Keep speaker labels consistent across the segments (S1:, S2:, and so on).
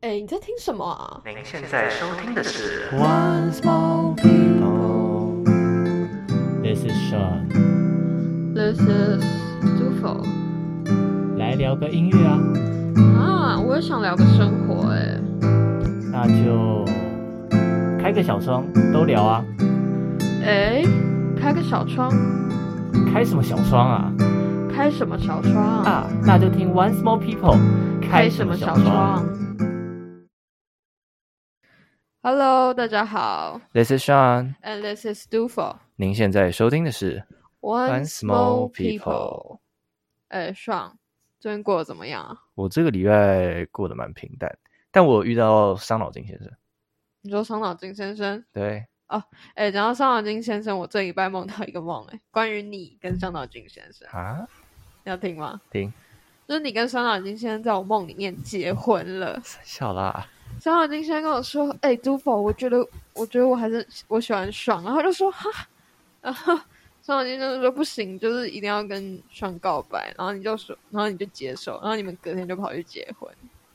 S1: 哎，你在听什么啊？
S2: 您现在收听的是
S3: One small people. This is Sean，
S4: This is Dufo
S3: 来聊个音乐啊，
S4: 啊，我也想聊个生活哎、
S3: 那就开个小窗都聊啊，
S4: 哎、开个小窗，
S3: 开什么小窗啊？
S4: 开什么小窗？
S3: 啊，那就听 One small people，
S4: 开什么小窗？Hello，大家好
S2: ，This is Sean。
S4: ，and this is Dufo
S2: 您现在收听的是
S4: One small
S2: small people
S4: people。哎、爽，最近过得怎么样啊？
S2: 我这个礼拜过得蛮平淡，但我遇到伤脑筋先生。
S4: 你说伤脑筋先生？
S2: 对，
S4: 哎、讲到伤脑筋先生，我这礼拜梦到一个梦哎、关于你跟伤脑筋先生，
S2: 啊，
S4: 你要听吗？
S2: 听，
S4: 就是你跟伤脑筋先生在我梦里面结婚了。
S2: 笑啦，
S4: 小小金先跟我说：“哎、杜甫，我觉得，我觉得我还是我喜欢爽。”然后就说：“哈。”然后小小金先生说：“不行，就是一定要跟爽告白。”然后你就说，然后你就接受，然后你们隔天就跑去结婚。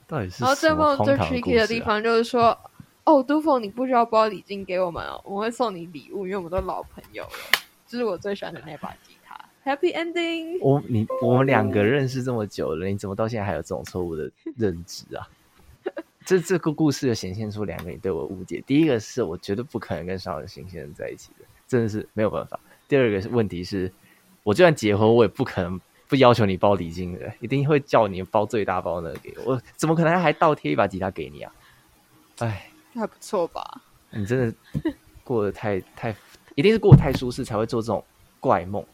S2: 到底是
S4: 然后
S2: 什
S4: 哦这
S2: 么
S4: 梦
S2: 荒
S4: 最
S2: 唐的故
S4: tricky 的地
S2: 事啊？
S4: 方就是说：“哦，杜甫，你不需要包礼金给我们哦，我会送你礼物，因为我们都老朋友了。这是我最喜欢的那把吉他。”Happy ending。
S2: 我你我们两个认识这么久了，你怎么到现在还有这种错误的认知啊？这这个故事就显现出两个你对我的误解。第一个是我绝对不可能跟伤脑筋先生在一起的，真的是没有办法。第二个是问题是，我就算结婚，我也不可能不要求你包礼金的，一定会叫你包最大包那个给我。我怎么可能还倒贴一把吉他给你啊？哎，
S4: 还不错吧？
S2: 你真的过得太太，一定是过得太舒适才会做这种怪梦。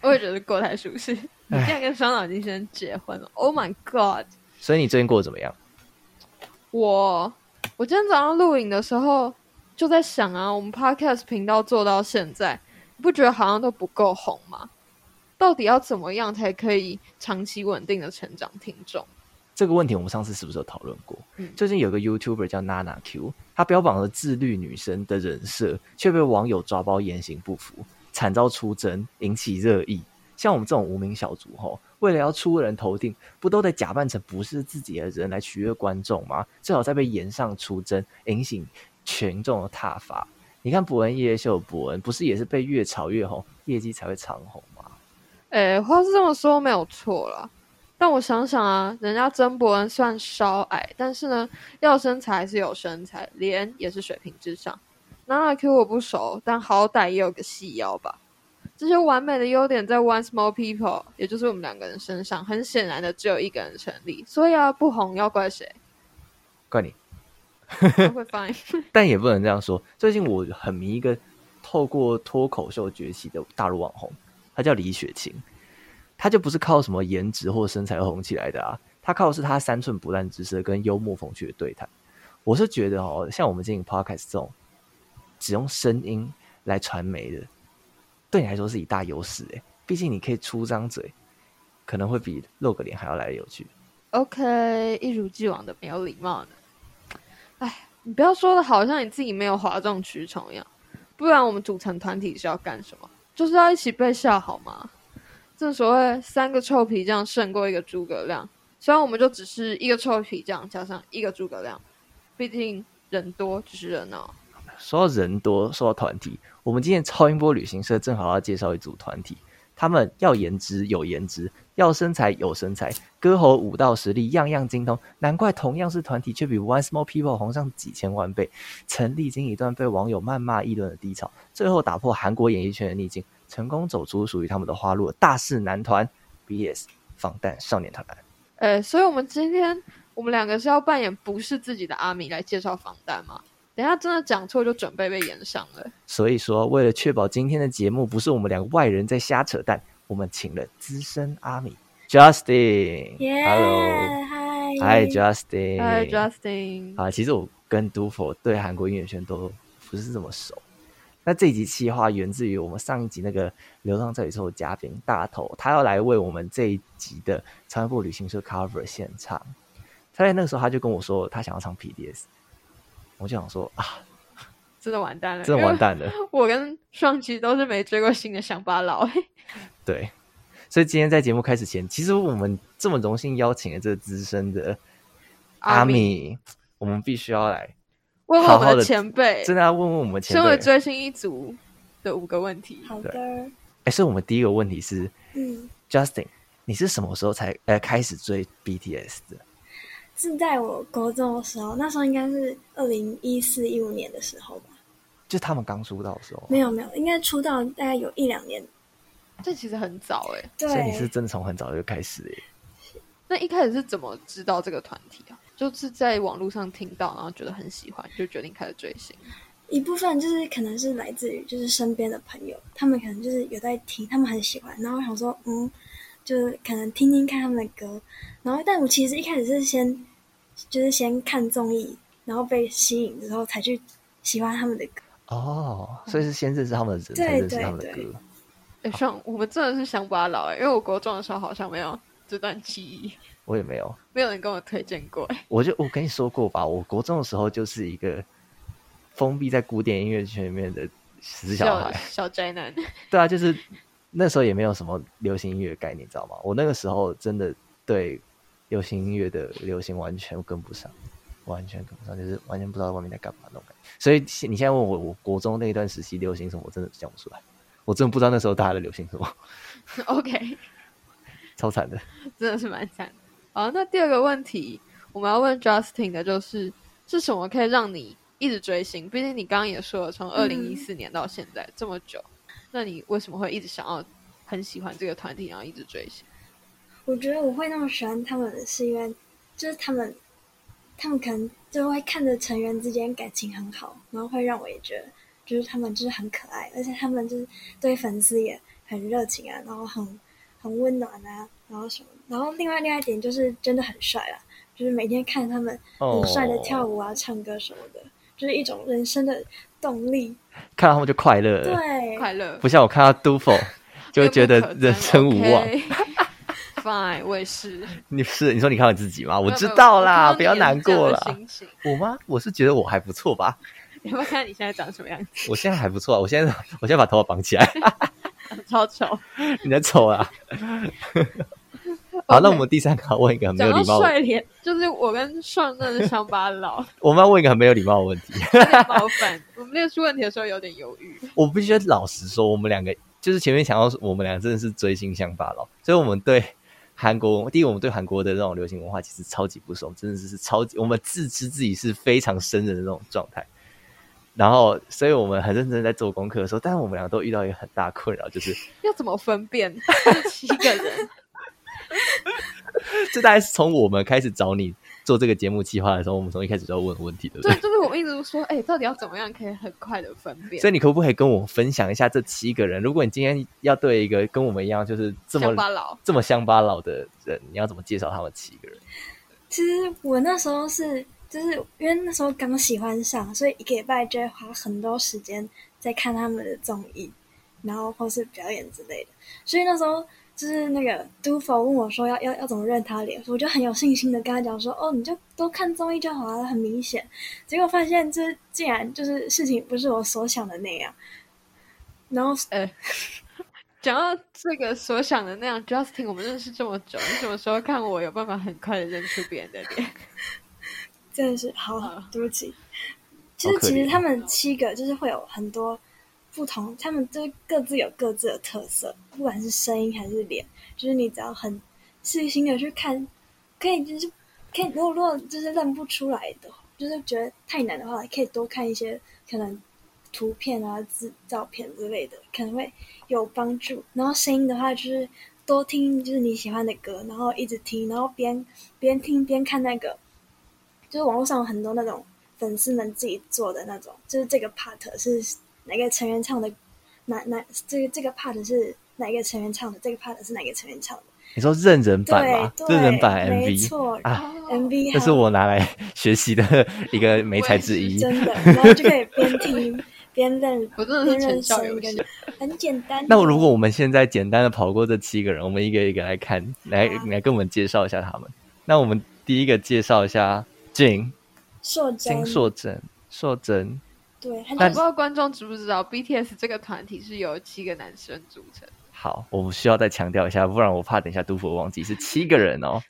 S4: 我也觉得过太舒适。你
S2: 哎
S4: 竟然跟伤脑筋先生结婚了！Oh my god！
S2: 所以你最近过得怎么样？
S4: 我我今天早上录影的时候就在想啊，我们 podcast 频道做到现在，你不觉得好像都不够红吗？到底要怎么样才可以长期稳定的成长听众？
S2: 这个问题我们上次是不是有讨论过？
S4: 嗯
S2: 最近有个 YouTuber 叫 Nana Q，她标榜了自律女神的人设，却被网友抓包言行不符，惨遭出征，引起热议。像我们这种无名小卒吼，为了要出人头地，不都得假扮成不是自己的人来取悦观众吗？最好再被延上出征，引起群众的挞伐。你看伯恩夜夜秀，伯恩不是也是被越炒越红，业绩才会长红吗？
S4: 诶，话是这么说没有错啦，但我想想啊，人家曾伯恩算稍矮，但是呢，要身材还是有身材，脸也是水平之上。娜娜 Q 我不熟，但好歹也有个细腰吧。这些完美的优点在 One Small People，也就是我们两个人身上，很显然的只有一个人成立。所以啊，不红要怪谁？
S2: 怪你。
S4: 会 fine。
S2: 但也不能这样说。最近我很迷一个透过脱口秀崛起的大陆网红，他叫李雪琴，他就不是靠什么颜值或身材红起来的啊，他靠的是他三寸不烂之舌跟幽默风趣的对谈。我是觉得哦，像我们经营 podcast 这种只用声音来传媒的，对你来说是一大优势诶，毕竟你可以出张嘴，可能会比露个脸还要来得有趣。
S4: OK，一如既往的没有礼貌呢。哎，你不要说的好像你自己没有哗众取宠一样，不然我们组成团体是要干什么？就是要一起被笑好吗？正所谓三个臭皮匠胜过一个诸葛亮，虽然我们就只是一个臭皮匠加上一个诸葛亮，毕竟人多就是热闹。
S2: 说到人多，说到团体，我们今天超音波旅行社正好要介绍一组团体，他们要颜值有颜值，要身材有身材，歌喉舞蹈实力样样精通，难怪同样是团体，却比 One Small People 红上几千万倍。曾历经一段被网友谩骂议论的低潮，最后打破韩国演艺圈的逆境，成功走出属于他们的花路。大势男团 BS 防弹少年团。
S4: 哎，所以我们今天我们两个是要扮演不是自己的阿米来介绍防弹吗？等一下真的讲错就准备被延上了。
S2: 所以说，为了确保今天的节目不是我们两个外人在瞎扯淡，我们请了资深阿米 Justin。
S5: 耶
S2: Hello，
S5: 嗨，
S2: 嗨 Justin。
S4: 嗨，Justin。哎
S2: 啊，其实我跟杜甫对韩国音乐圈都不是这么熟。那这一集企划源自于我们上一集那个《流浪在宇宙》的嘉宾大头，他要来为我们这一集的超音波旅行社 cover 献唱。他在那个时候他就跟我说他想要唱 PDS，我就想说啊，
S4: 真的完蛋了，
S2: 真的完。蛋了。
S4: 我跟双琪都是没追过星的乡巴佬，
S2: 对，所以今天在节目开始 前，其实我们这么荣幸邀请了这个资深的阿
S4: 米，
S2: 米，我们必须要来
S4: 问问我
S2: 好
S4: 们
S2: 的
S4: 的前辈，
S2: 真的要问问我们前
S4: 身为
S2: 辈。
S4: 追星一族的五个问题。
S1: 好的，
S2: 哎，所以我们第一个问题是
S1: 嗯，
S2: ，Justin，你是什么时候才呃开始追 BTS 的？
S1: 是在我高中的时候，那时候应该是二零一四一五年的时候吧？
S2: 就他们刚出道的时候，
S1: 没有没有，应该出道大概有一两年。
S4: 这其实很早哎、
S1: 对
S2: 所以，你是真的从很早就开始耶。
S4: 那一开始是怎么知道这个团体啊？就是在网络上听到，然后觉得很喜欢，就决定开始追星。
S1: 一部分就是可能是来自于就是身边的朋友，他们可能就是有在听，他们很喜欢，然后我想说嗯，就是可能听听看他们的歌，然后但我其实一开始是先就是先看综艺，然后被吸引之后才去喜欢他们的歌。
S2: 哦，所以是先认识他们的人，
S1: 对
S2: 才认识他们的
S1: 对
S2: 歌。
S4: 哎、像我们真的是乡巴佬哎、因为我国中的时候好像没有这段记忆，
S2: 我也没有，
S4: 没有人跟我推荐过、欸。
S2: 我就我跟你说过吧，我国中的时候就是一个封闭在古典音乐圈里面的死小
S4: 小
S2: 孩。
S4: 小宅男，
S2: 对啊，就是那时候也没有什么流行音乐概念，你知道吗？我那个时候真的对流行音乐的流行完全跟不上，完全跟不上，就是完全不知道外面在干嘛那种感觉。所以现你现在问我，我国中那一段时期流行什么，我真的讲不出来，我真的不知道那时候大家在流行什么，
S4: OK，
S2: 超惨的。
S4: 真的是蛮惨的。好，那第二个问题，我们要问 Justin 的就是，是什么可以让你一直追星？毕竟你刚刚也说了，从二零一四年到现在、这么久，那你为什么会一直想要很喜欢这个团体，然后一直追星？
S1: 我觉得我会那么喜欢他们，是因为就是他们，他们可能就会看着成员之间感情很好，然后会让我也觉得，就是他们就是很可爱，而且他们就是对粉丝也很热情啊，然后很很温暖啊，然后什么，然后另外另外一点就是真的很帅啊，就是每天看他们很帅
S2: 哦
S1: 的跳舞啊、唱歌什么的，就是一种人生的动力。
S2: 看到他们就快乐了，
S1: 对，
S4: 快乐
S2: 不像我看到 Dufo 就会觉得人生无望。
S4: OK Fine，我也是。
S2: 你是你说你看到你自己吗？
S4: 没
S2: 我
S4: 有
S2: 知道啦，
S4: 没有我看到
S2: 不要
S4: 你
S2: 难
S4: 有这样
S2: 过
S4: 的
S2: 啦。
S4: 心情
S2: 我吗？我是觉得我还不错吧，
S4: 你要不要看你现在长什么样子？
S2: 我现在还不错、啊。我现在我现在把头发绑起来，
S4: 超丑。
S2: 你在丑啊？好，那我们第三个要问一个很没
S4: 讲
S2: 有
S4: 到
S2: 礼貌的，
S4: 帅脸，就是我跟上真的是乡巴 佬，
S2: 我们要问一个很没有礼貌的问题。
S4: 有点冒犯。我们列出问题的时候有点犹豫。
S2: 我必须老实说，我们两个就是前面想要，我们两个真的是追星乡巴佬，所以我们对韩国，第一，我们对韩国的那种流行文化其实超级不熟，真的是超级，我们自知自己是非常生人的那种状态。然后，所以我们很认真地在做功课的时候，但是我们两个都遇到一个很大的困扰，就是
S4: 要怎么分辨这七个人？
S2: 这大概是从我们开始找你做这个节目计划的时候，我们从一开始就要问问题，对不
S4: 对
S2: 对？，
S4: 就是我们一直说，哎、到底要怎么样可以很快的分辨
S2: 所？以你可不可以跟我分享一下这七个人？如果你今天要对一个跟我们一样就是这么
S4: 乡巴佬，
S2: 这么乡巴佬的人，你要怎么介绍他们七个人？
S1: 其实我那时候是，就是因为那时候刚喜欢上，所以一个礼拜就会花很多时间在看他们的综艺，然后或是表演之类的。所以那时候就是那个都否问我说要要要怎么认他脸，我就很有信心的跟他讲说，哦，你就多看综艺就好了，很明显。结果发现这竟然就是事情不是我所想的那样，然后
S4: 讲到这个所想的那样，Justin，我们认识这么久，你什么时候看我有办法很快的认出别人的脸？
S1: 真的是好，
S4: 啊
S1: 对不起。就是
S2: 可
S1: 其实
S2: 怜
S1: 他们七个就是会有很多不同，他们就是各自有各自的特色，不管是声音还是脸，就是你只要很细心的去看，可以就是可以，如果如果就是认不出来的话，就是觉得太难的话，可以多看一些可能图片啊、字照片之类的，可能会有帮助。然后声音的话，就是多听就是你喜欢的歌，然后一直听，然后边边听边看那个就是网络上有很多那种粉丝们自己做的那种，就是这个 part 是哪个成员唱的，哪哪这个这个 part 是哪一个成员唱的，这个 part 是哪个成员唱的，
S2: 你说认人版吧，
S1: 对对，
S2: 认人版
S1: 没
S2: MV
S1: 错、
S2: 啊，
S4: 哦
S1: m v
S2: 这是我拿来 学习的一个美才之一。
S1: 真的，然后就可以边听边认，
S4: 我真的是
S1: 边认
S4: 成效
S1: 声
S4: 有
S1: 跟
S4: 限
S1: 很简单。
S2: 那如果我们现在简单的跑过这七个人，我们一个一个来看，来
S1: 好啊
S2: 你来跟我们介绍一下他们。那我们第一个介绍一下静
S1: 硕真
S2: 金硕珍，硕珍
S1: 对，他
S4: 我不
S1: 就
S4: 知道观众知不知道，BTS 这个团体是由七个男生组成，
S2: 好，我们需要再强调一下，不然我怕等一下杜甫忘记是七个人哦。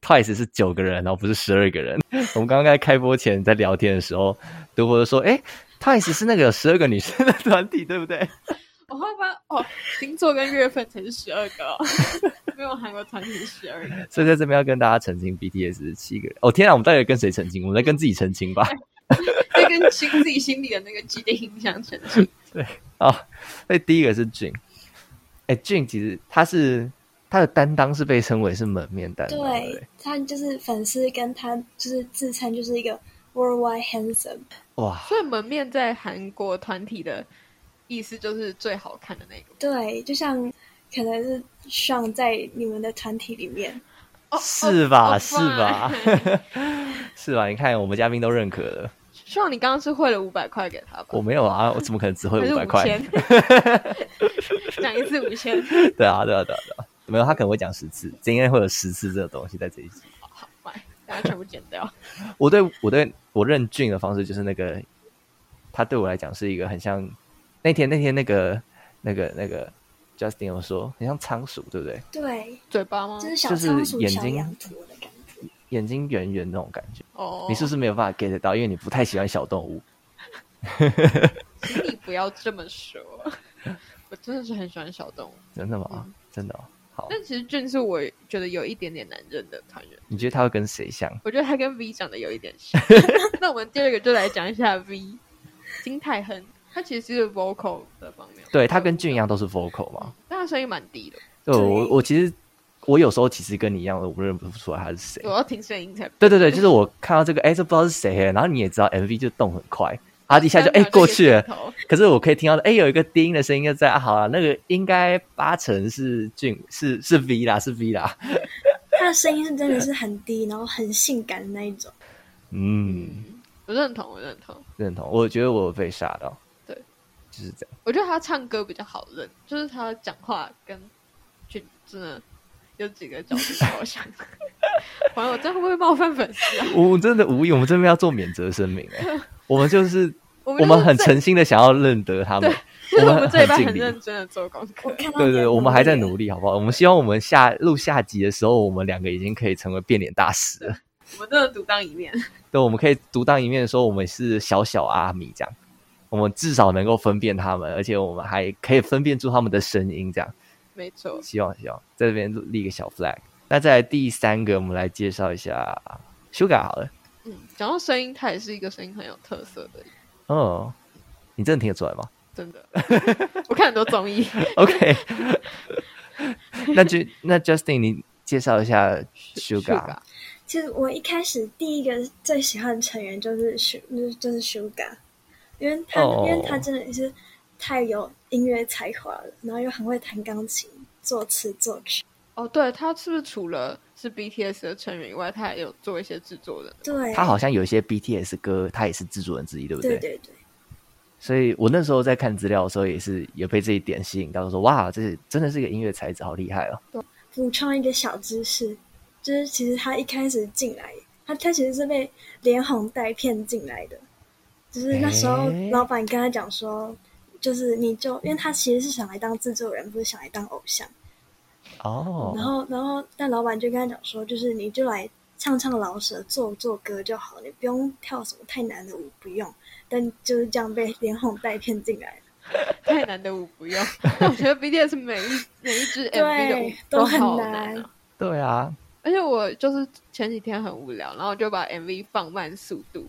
S2: Twice 是九个人哦，不是十二个人。 我们刚刚在开播前在聊天的时候，杜甫就说：“哎、t w i c e 是那个有十二个女生的团体，对不对
S4: 我会发哦，星座跟月份才是十二个、哦， 没有韩国团体是十二个。？”
S2: 所以在这边要跟大家澄清，BTS 是七个人。哦天啊，我们到底跟谁澄清？我们在跟自己澄清吧。
S4: 这跟心自己心里的那个既定印象成清。
S2: 啊，所以第一个是 Jun，哎、j u n 其实他是他的担当是被称为是门面担当，对不
S1: 对
S2: 对，
S1: 他就是粉丝跟他就是自称就是一个 worldwide handsome，
S2: 哇，
S4: 所以门面在韩国团体的意思就是最好看的那个。
S1: 对，就像可能是上在你们的团体里面，
S4: 哦
S2: 是吧？
S4: 哦
S2: 是吧？是吧？你看，我们嘉宾都认可了，
S4: 希望你刚刚是汇了五百块给他吧？
S2: 我没有啊，我怎么可能只会
S4: 还是
S2: 五百
S4: 五
S2: 块？
S4: 千？ 讲一次五千，
S2: 对啊，对啊，对啊，对啊，没有，他可能会讲十次，今天会有十次这个东西在这一集。
S4: 好买，大家全部剪掉。
S2: 我对我对我认 Jun 的方式就是那个，他对我来讲是一个很像那天那天那个那个那个 Justin 有说很像仓鼠，对不对？
S1: 对，
S4: 嘴巴吗
S1: 就？是小
S2: 就是
S1: 仓鼠、
S2: 眼
S1: 小
S2: 睛
S1: 羊驼的感觉。
S2: 眼睛圆圆那种感觉。
S4: 哦，
S2: 你是不是没有办法 get 得到？因为你不太喜欢小动物。
S4: 请你不要这么说。我真的是很喜欢小动物，
S2: 真的吗？
S4: 嗯
S2: 真的、哦、好，
S4: 但其实俊是我觉得有一点点难认的团员，
S2: 你觉得他会跟谁像？
S4: 我觉得他跟 V 长得有一点 像。那我们第二个就来讲一下 V 金泰亨，他其实是 vocal 的方面，
S2: 对他跟俊一样都是 vocal 嘛。
S4: 但他声音蛮低的，
S2: 对我
S1: 对
S2: 我其实我有时候其实跟你一样，我认不出来他是谁
S4: 我。要听声音才
S2: 对对对，就是我看到这个，哎、这不知道是谁耶，然后你也知道 MV 就动很快，啊，一下就哎、过去了。
S4: 了。
S2: 可是我可以听到，哎、有一个低音的声音就在，啊，好了，那个应该八成是俊，是是 V 啦，是 V 啦。
S1: 他的声音是真的是很低，然后很性感的那一种。
S2: 嗯，
S4: 嗯，我认同，我认同。
S2: 认同，我觉得我有被吓到。
S4: 对，
S2: 就是这样。
S4: 我觉得他唱歌比较好认，就是他讲话跟俊真的有几个角度超像。 完了，我这样会不会冒犯粉丝啊？
S2: 我我真的无语，我们这边要做免责声明、哎， 我们就是
S4: 我
S2: 我
S4: 们
S2: 们很
S4: 诚，
S2: 诚心的想要认得他们
S4: 对，就是我
S2: 我们
S4: 们这一 班
S2: 很
S4: 很
S2: 尽力
S4: 认真的做功课
S1: 我。看到
S2: 对对
S1: 你
S2: 对，
S1: 的
S2: 我们还在努
S1: 力，
S2: 力，好不好？我们希望我们下录下集的时候，我们两个已经可以成为变脸大师了。
S4: 我们真的独当一面。
S2: 对，我们可以独当一面的说，我们是小小阿米这样，我们至少能够分辨他们，而且我们还可以分辨出他们的声音，这样。
S4: 没错，
S2: 希望希望在这边立个小 flag。那在第三个，我们来介绍一下 Sugar 好了。
S4: 嗯，讲到声音，他也是一个声音很有特色的，
S2: 哦，你真的听得出来吗
S4: 真 的。我看很多综艺，
S2: ？OK，那就那 Justin，你介绍一下 Sugar。
S1: 其实我一开始第一个最喜欢的成员就是 Su，就是就是 Suga，因为他、
S2: 哦
S1: 因为他真的是太有音乐才华了，然后又很会弹钢琴、作词作曲。
S4: 哦，对，他是不是除了是 BTS 的成员以外，他也有做一些制作的？
S1: 对，
S2: 他好像有一些 BTS 歌，他也是制作人之一，对不
S1: 对对对，
S2: 所以我那时候在看资料的时候，也是也被这一点吸引到，说哇，这是真的是一个音乐才子，好厉害哦！
S1: 补充一个小知识，就是其实他一开始进来，他他其实是被连红带骗进来的，就是那时候
S2: 诶
S1: 老板跟他讲说，就是你就因为他其实是想来当制作人，不是想来当偶像。然
S2: 哦，
S1: 后，然后，但老板就跟他讲说，就是你就来唱唱老舍，做做歌就好，你不用跳什么太难的舞，不用。但就是这样被连哄带骗进来，
S4: 太难的舞不用。 但我觉得 BTS 每一每一支 MV 的舞
S1: 对，都很
S4: 好
S1: 难。
S4: 啊。
S2: 对啊，
S4: 而且我就是前几天很无聊，然后我就把 MV 放慢速 度，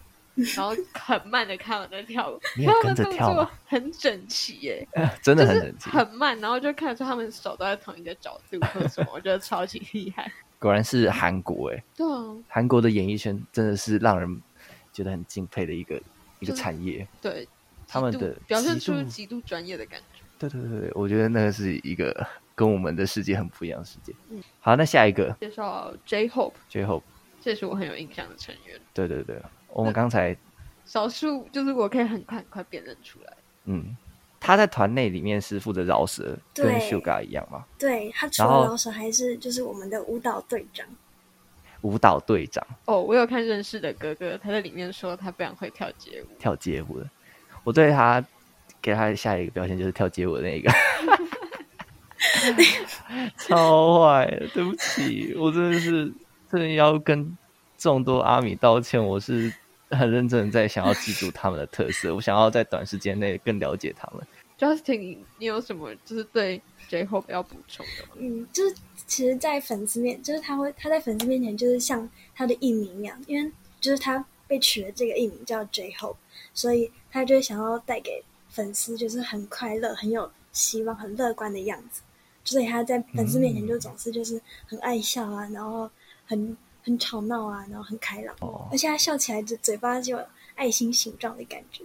S4: 然后很慢的看我在跳舞，
S2: 你也
S4: 然后
S2: 跟着
S4: 动
S2: 跳
S4: 作
S2: 吗？
S4: 很整齐耶、
S2: 真的
S4: 就
S2: 很
S4: 是
S2: 神奇，
S4: 很慢，然后就看得出他们手都在同一个角度或者什 么，我觉得超级厉害。
S2: 果然是韩国哎、
S4: 对啊，
S2: 韩国的演艺圈真的是让人觉得很敬佩的一个一个
S4: 就是
S2: 产业。
S4: 对，
S2: 他们
S4: 极度
S2: 的
S4: 表现
S2: 极度
S4: 出极度专业的感觉。
S2: 对对对对，我觉得那个是一个跟我们的世界很不一样的世界。
S4: 嗯
S2: 好，那下一个
S4: 介绍 J Hope，
S2: 最后，
S4: 这也是我很有印象的成员，
S2: 对对对，我们刚才
S4: 少数就是我可以很快很快辨认出来。
S2: 嗯，他在团内里面是负责饶舌，
S1: 对
S2: 跟 Sugar 一样嘛，
S1: 对他除
S2: 然后
S1: 了老舍，还是就是我们的舞蹈队长。
S2: 舞蹈队长。
S4: 哦，我有看《认识的哥哥》，他在里面说他非常会跳街舞，
S2: 跳街舞的。我对他给他下一个标签就是跳街舞的那一个， 超坏的，对不起，我真的是真的要跟众多阿米道歉，我是很认真的在想要记住他们的特色，我想要在短时间内更了解他们。
S4: Justin，你有什么就是对 J Hope 要补充的吗？
S1: 嗯，就是其实，在粉丝面，就是他会他在粉丝面前就是像他的艺名一样，因为就是他被取了这个艺名叫 J Hope，所以他就会想要带给粉丝就是很快乐、很有希望、很乐观的样子。所以他在粉丝面前就总是就是很爱笑啊，然后很很吵闹啊，然后很开朗，
S2: 哦
S1: 而且他笑起来就嘴巴就有爱心形状的感觉。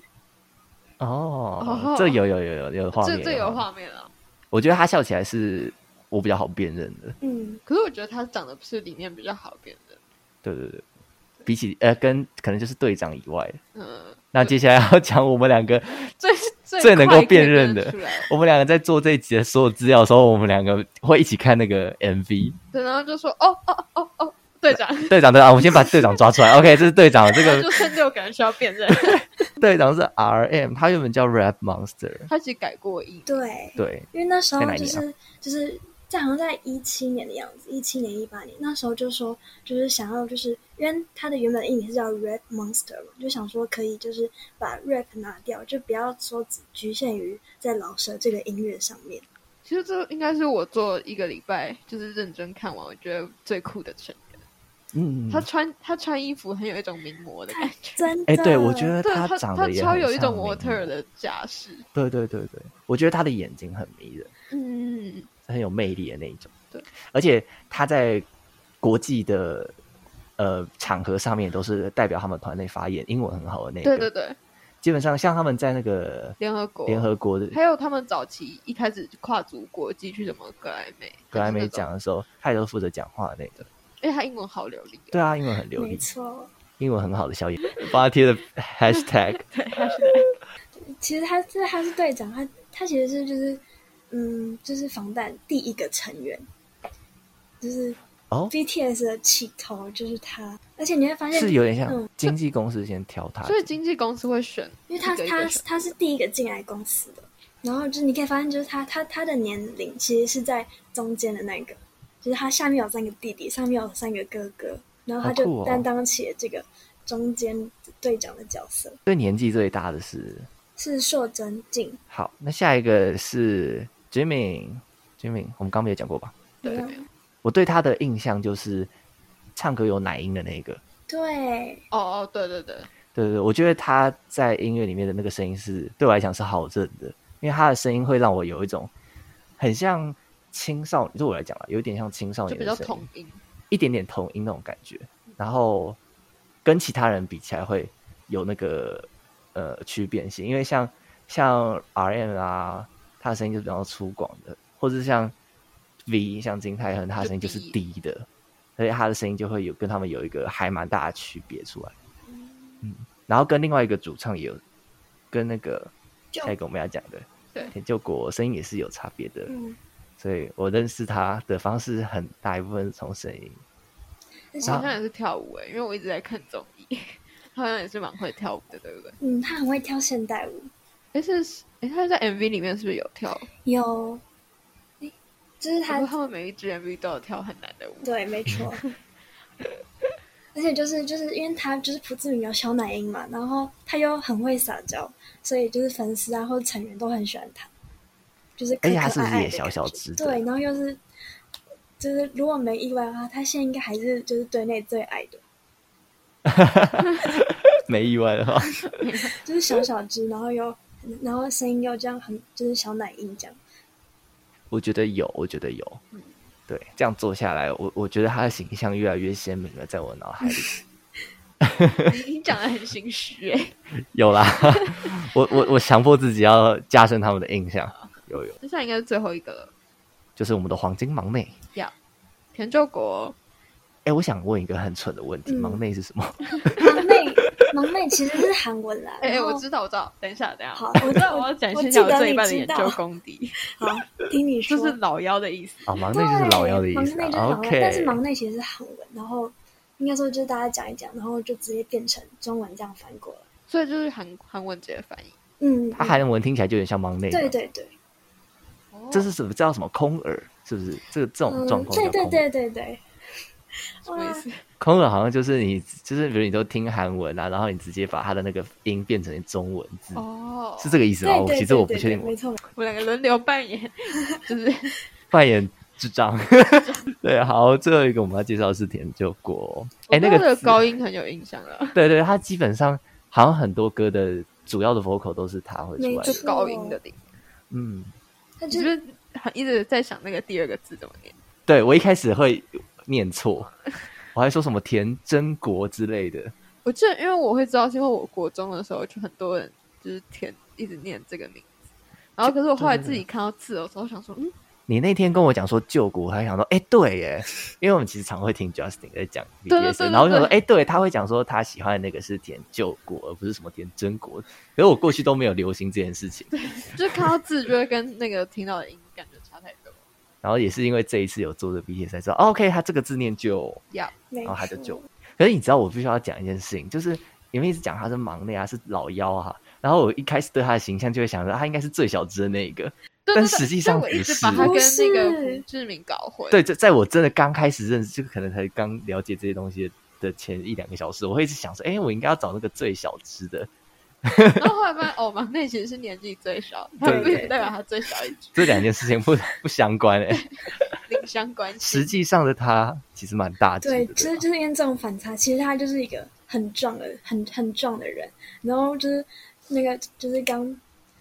S2: 哦
S4: 哦，
S2: 这有有有有有画
S4: 这
S2: 面，
S4: 这有，画面啊。
S2: 我觉得他笑起来是我比较好辨认的。
S1: 嗯，
S4: 可是我觉得他长得不是里面比较好辨认。
S2: 对对对，比起呃，跟可能就是队长以外，
S4: 嗯，
S2: 那接下来要讲我们两个，
S4: 最
S2: 最
S4: 最
S2: 能
S4: 快
S2: 够
S4: 可以
S2: 辨认
S4: 认
S2: 的
S4: 出来。
S2: 我们两个在做这一集的所有资料的时候，我们两个会一起看那个 MV。
S4: 对，然后就说哦哦哦哦，队长，
S2: 队长，队长，我们先把队长抓出来。OK，这是队长，这
S4: 然后
S2: 个
S4: 就剩六个人需要辨认。
S2: 队长是 RM，他原本叫 Rap Monster。
S4: 他其实改过音，
S1: 对，
S2: 对，
S1: 因为那时候
S2: 在哪一
S1: 就
S2: 年啊
S1: 是就是在好像在一七年的样子，一七年一八年那时候就说就是想要就是因为它的原本的译名是叫 Red Monster 嘛，就想说可以就是把 rap 拿掉，就不要说只局限于在老舍这个音乐上面。
S4: 其实这应该是我做一个礼拜就是认真看完，我觉得最酷的成员。
S2: 嗯，
S4: 他穿他穿衣服很有一种名模的感觉，
S1: 真的，
S2: 哎、对，我觉得
S4: 对他
S2: 长
S4: 他
S2: 得也
S4: 超
S2: 很
S4: 有一
S2: 像
S4: 种
S2: 明
S4: 模特儿
S2: 星。
S4: 的架势。
S2: 对对对对，我觉得他的眼睛很迷人，
S4: 嗯，
S2: 很有魅力的那一种。
S4: 对，
S2: 而且他在国际的呃场合上面都是代表他们团队发言，英文很好的那个。
S4: 对对对，
S2: 基本上像他们在那个
S4: 联合国
S2: 联合国的
S4: 还有他们早期一开始跨足国际去什么格莱美，
S2: 格莱美
S4: 就是那种，
S2: 奖的时候，他也都负责讲话的那个。
S4: 哎，他英文好流利、
S2: 对啊，英文很流
S1: 没
S2: 利，
S1: 错。
S2: 英文很好的小野，帮他贴了 hashtag。
S1: 其实他这他是队长，他他其实是就是嗯，就是防弹第一个成员，就是
S2: 哦，
S1: BTS 的起头就是他，而且你会发现
S2: 是有点像
S1: 嗯
S2: 经纪公司先挑他
S4: 所，以经纪公司会选
S1: 因
S4: 一
S1: 为他
S4: 个一
S1: 他
S4: 个选，
S1: 他是第一个进来公司的，然后就是你可以发现，就是他他他的年龄其实是在中间的那个，就是他下面有三个弟弟，上面有三个哥哥，然后他
S2: 好酷
S1: 就
S2: 哦
S1: 担当起了这个中间队长的角色，
S2: 对年纪最大的是
S1: 是硕真静，
S2: 好。那下一个是 Jimmy，Jimmy，我们刚没有讲过吧？
S4: 对
S1: 没有
S2: 我对他的印象就是唱歌有奶音的那个。
S1: 对，
S4: 哦哦，对对对，
S2: 对对对，我觉得他在音乐里面的那个声音是对我来讲是好认的，因为他的声音会让我有一种很像青少年，对我来讲啊，有一点像青少
S4: 就
S2: 年
S4: 比较
S2: 的声音，
S4: 统音。
S2: 一点点童音那种感觉，然后跟其他人比起来会有那个呃区别性，因为像像 RM 啊，他的声音就是比较粗犷的，或者像 V 像金泰亨，他的声音就是
S4: 就
S2: 低的，所以他的声音就会有跟他们有一个还蛮大的区别出来。嗯，然后跟另外一个主唱也有跟那个
S1: 就
S2: 下一个我们要讲的
S4: 对
S2: 田救国声音也是有差别的，
S1: 嗯，
S2: 所以我认识他的方式很大一部分是从声音。
S1: 但
S4: 我
S1: 是
S4: 好
S2: 啊
S4: 像也是跳舞诶、欸因为我一直在看综艺， 他好像也是蛮会跳舞的，对不对？
S1: 嗯，他很会跳现代舞，
S4: 诶，是诶，他在 MV 里面是不是有跳？
S1: 有，诶就是他
S4: 他他们每一支 MV 都有跳很难的舞。
S1: 对，没错。
S2: 嗯
S1: 而且就是就是因为他就是朴志敏有小奶音嘛，然后他又很会撒娇，所以就是粉丝啊或者成员都很喜欢他，就是
S2: 而
S1: 可可
S2: 且
S1: 爱爱
S2: 哎他是不是
S1: 的
S2: 也小
S1: 感
S2: 小
S1: 觉
S2: 只的
S1: 对，然后又是就是如果没意外的话，他现在应该还是就是队内最矮的，
S2: 没意外的话，
S1: 就是小小只，然后又然后声音又这样很就是小奶音 这样，
S2: 我觉得有，我觉得有。对，这样做下来，我我觉得他的形象越来越鲜明了，在我脑海里
S4: 你你讲的很心虚诶、 欸
S2: 有 啦。我我我强迫自己要加深他们的印象。有有，
S4: 那现在应该是最后一个了。
S2: 就是我们的黄金忙内。
S4: 要田救国，哦
S2: 哎，我想问一个很蠢的问题，
S1: 嗯
S2: 忙内是什么？
S1: 忙妹忙妹其实是韩文啦，
S4: 诶，诶
S1: 然后
S4: 哎我知道，我知道。等一下，等一下，
S1: 好
S4: 我知道我要展
S1: 我
S4: 现一
S1: 记
S4: 下我
S1: 得
S4: 这一
S1: 你
S4: 半的
S1: 知
S4: 研
S1: 道
S4: 究功 底，
S1: 好听你
S4: 就
S1: 说，
S4: 是老妖的意思。
S2: 啊，忙内就
S1: 对，
S2: 是老妖的意思、
S1: 忙内就是
S2: 啊。
S1: 老妖但是
S2: OK，
S1: 忙内其实是韩文，然后应该说就是大家讲一讲，然后就直接变成中文这样翻过来。
S4: 所以就是韩韩文直接翻译。
S1: 嗯，
S2: 啊他韩文听起来就有点像忙内嘛。
S1: 对对对，
S4: 哦
S2: 这是什么叫什么空耳？是不是这个这种状况、
S1: 嗯对对对对对，
S4: 什么意思？
S2: 空耳好像就是你，就是比如你都听韩文啊，然后你直接把它的那个音变成中文字，
S4: 哦，
S2: 是这个意思吗？
S1: 对
S2: 我
S1: 对
S2: 其实我不
S1: 对
S2: 确定
S1: 对
S2: 我
S1: 没错，
S4: 我们两个轮流扮 演，就是
S2: 扮演智障。 对，好，最后一个我们要介绍的是甜酒果。哎、那
S4: 我对他
S2: 个
S4: 的
S2: 字
S4: 高音很有啊印象了，
S2: 对对，他基本上好像很多歌的主要的 vocal 都是他会出来
S1: 没
S4: 就
S2: 的。
S1: 错
S4: 高音的地方，
S2: 嗯，
S1: 他
S4: 就
S1: 就
S4: 是是很一直在想那个第二个字怎么念。
S2: 对我一开始会念错，我还说什么田真国之类的。
S4: 我记得，因为我会知道，是因为我国中的时候就很多人就是填一直念这个名字，然后可是我后来自己看到字的时候，想说，嗯，
S2: 你那天跟我讲说救国，我还想说，哎、对耶，因为我们其实常会听 Justin 在讲 BTS，
S4: 对对对对
S2: 然后我想说，
S4: 对
S2: 哎、对，他会讲说他喜欢的那个是填救国，而不是什么填真国。可是我过去都没有流行这件事情，
S4: 就是看到字就会跟那个听到的音感觉差太多。
S2: 然后也是因为这一次有做这 BTS 才知道、哦、，OK，他这个字念救，
S4: 呀，
S1: 没
S2: 然后他就
S1: 错
S2: 救。可是你知道，我必须要讲一件事情，就是你们一直讲他是忙内啊，是老妖啊，然后我一开始对他的形象就会想着他应该是最小只的那一个，
S4: 对
S2: 但
S4: 对对
S2: 实际上
S4: 就我一直
S2: 不
S4: 把他
S1: 是
S4: 跟那个
S1: 不是
S4: 胡志明搞混。
S2: 对，，这在我真的刚开始认识，就可能才刚了解这些东西的前一两个小时，我会一直想说，哎、我应该要找那个最小只的，
S4: 然后后来发现，哦，忙内其实是年纪最小，他
S2: 对
S4: 并
S1: 对
S4: 不代表他最小一只，
S2: 这两件事情不 不相关哎、
S4: 零相关
S2: 实
S4: 系。
S2: 际上的他其实蛮大只
S1: 对，
S2: 的，
S1: 就是
S2: 对吧
S1: 就是因为这种反差，其实他就是一个很壮的、很很壮的人。然后就是那个，就是刚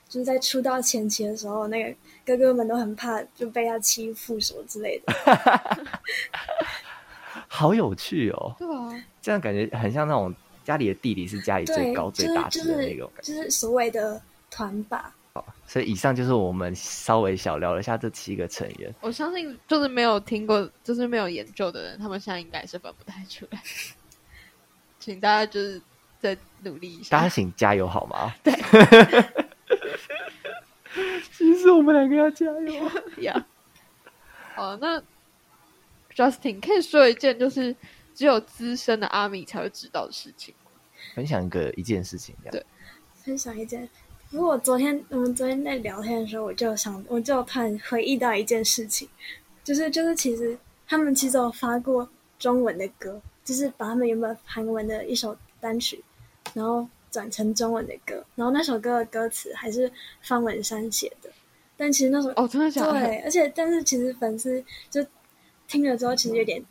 S1: 就是在出道前期的时候，那个哥哥们都很怕就被他欺负什么之类的。
S2: 好有趣哦，
S4: 对啊，
S2: 这样感觉很像那种家里的弟弟是家里最
S1: 对
S2: 高，
S1: 就
S2: 最
S1: 是
S2: 大
S1: 就
S2: 只的那
S1: 是
S2: 种感觉。
S1: 就是所谓的团霸，
S2: 所以以上就是我们稍微小聊了一下这七个成员。
S4: 我相信就是没有听过，就是没有研究的人，他们现在应该是分不太出来。 请大家就是再努力一
S2: 大
S4: 下。
S2: 家请加油好 吗？对。 其实我们两个要加油。
S4: 呀，哦，那 Justin 可以说一件就是只有资深的阿米才会知道的事情。
S2: 分享一个一件事情，这样
S4: 对
S1: 分享一件。不过我昨天我们昨天在聊天的时候，我就想，我就突然回忆到一件事情，就是就是其实他们其实有发过中文的歌，就是把他们原本韩文的一首单曲，然后转成中文的歌，然后那首歌的歌词还是方文山写的，但其实那首
S4: 哦，真的假的？
S1: 对，而且但是其实粉丝就听了之后，其实有点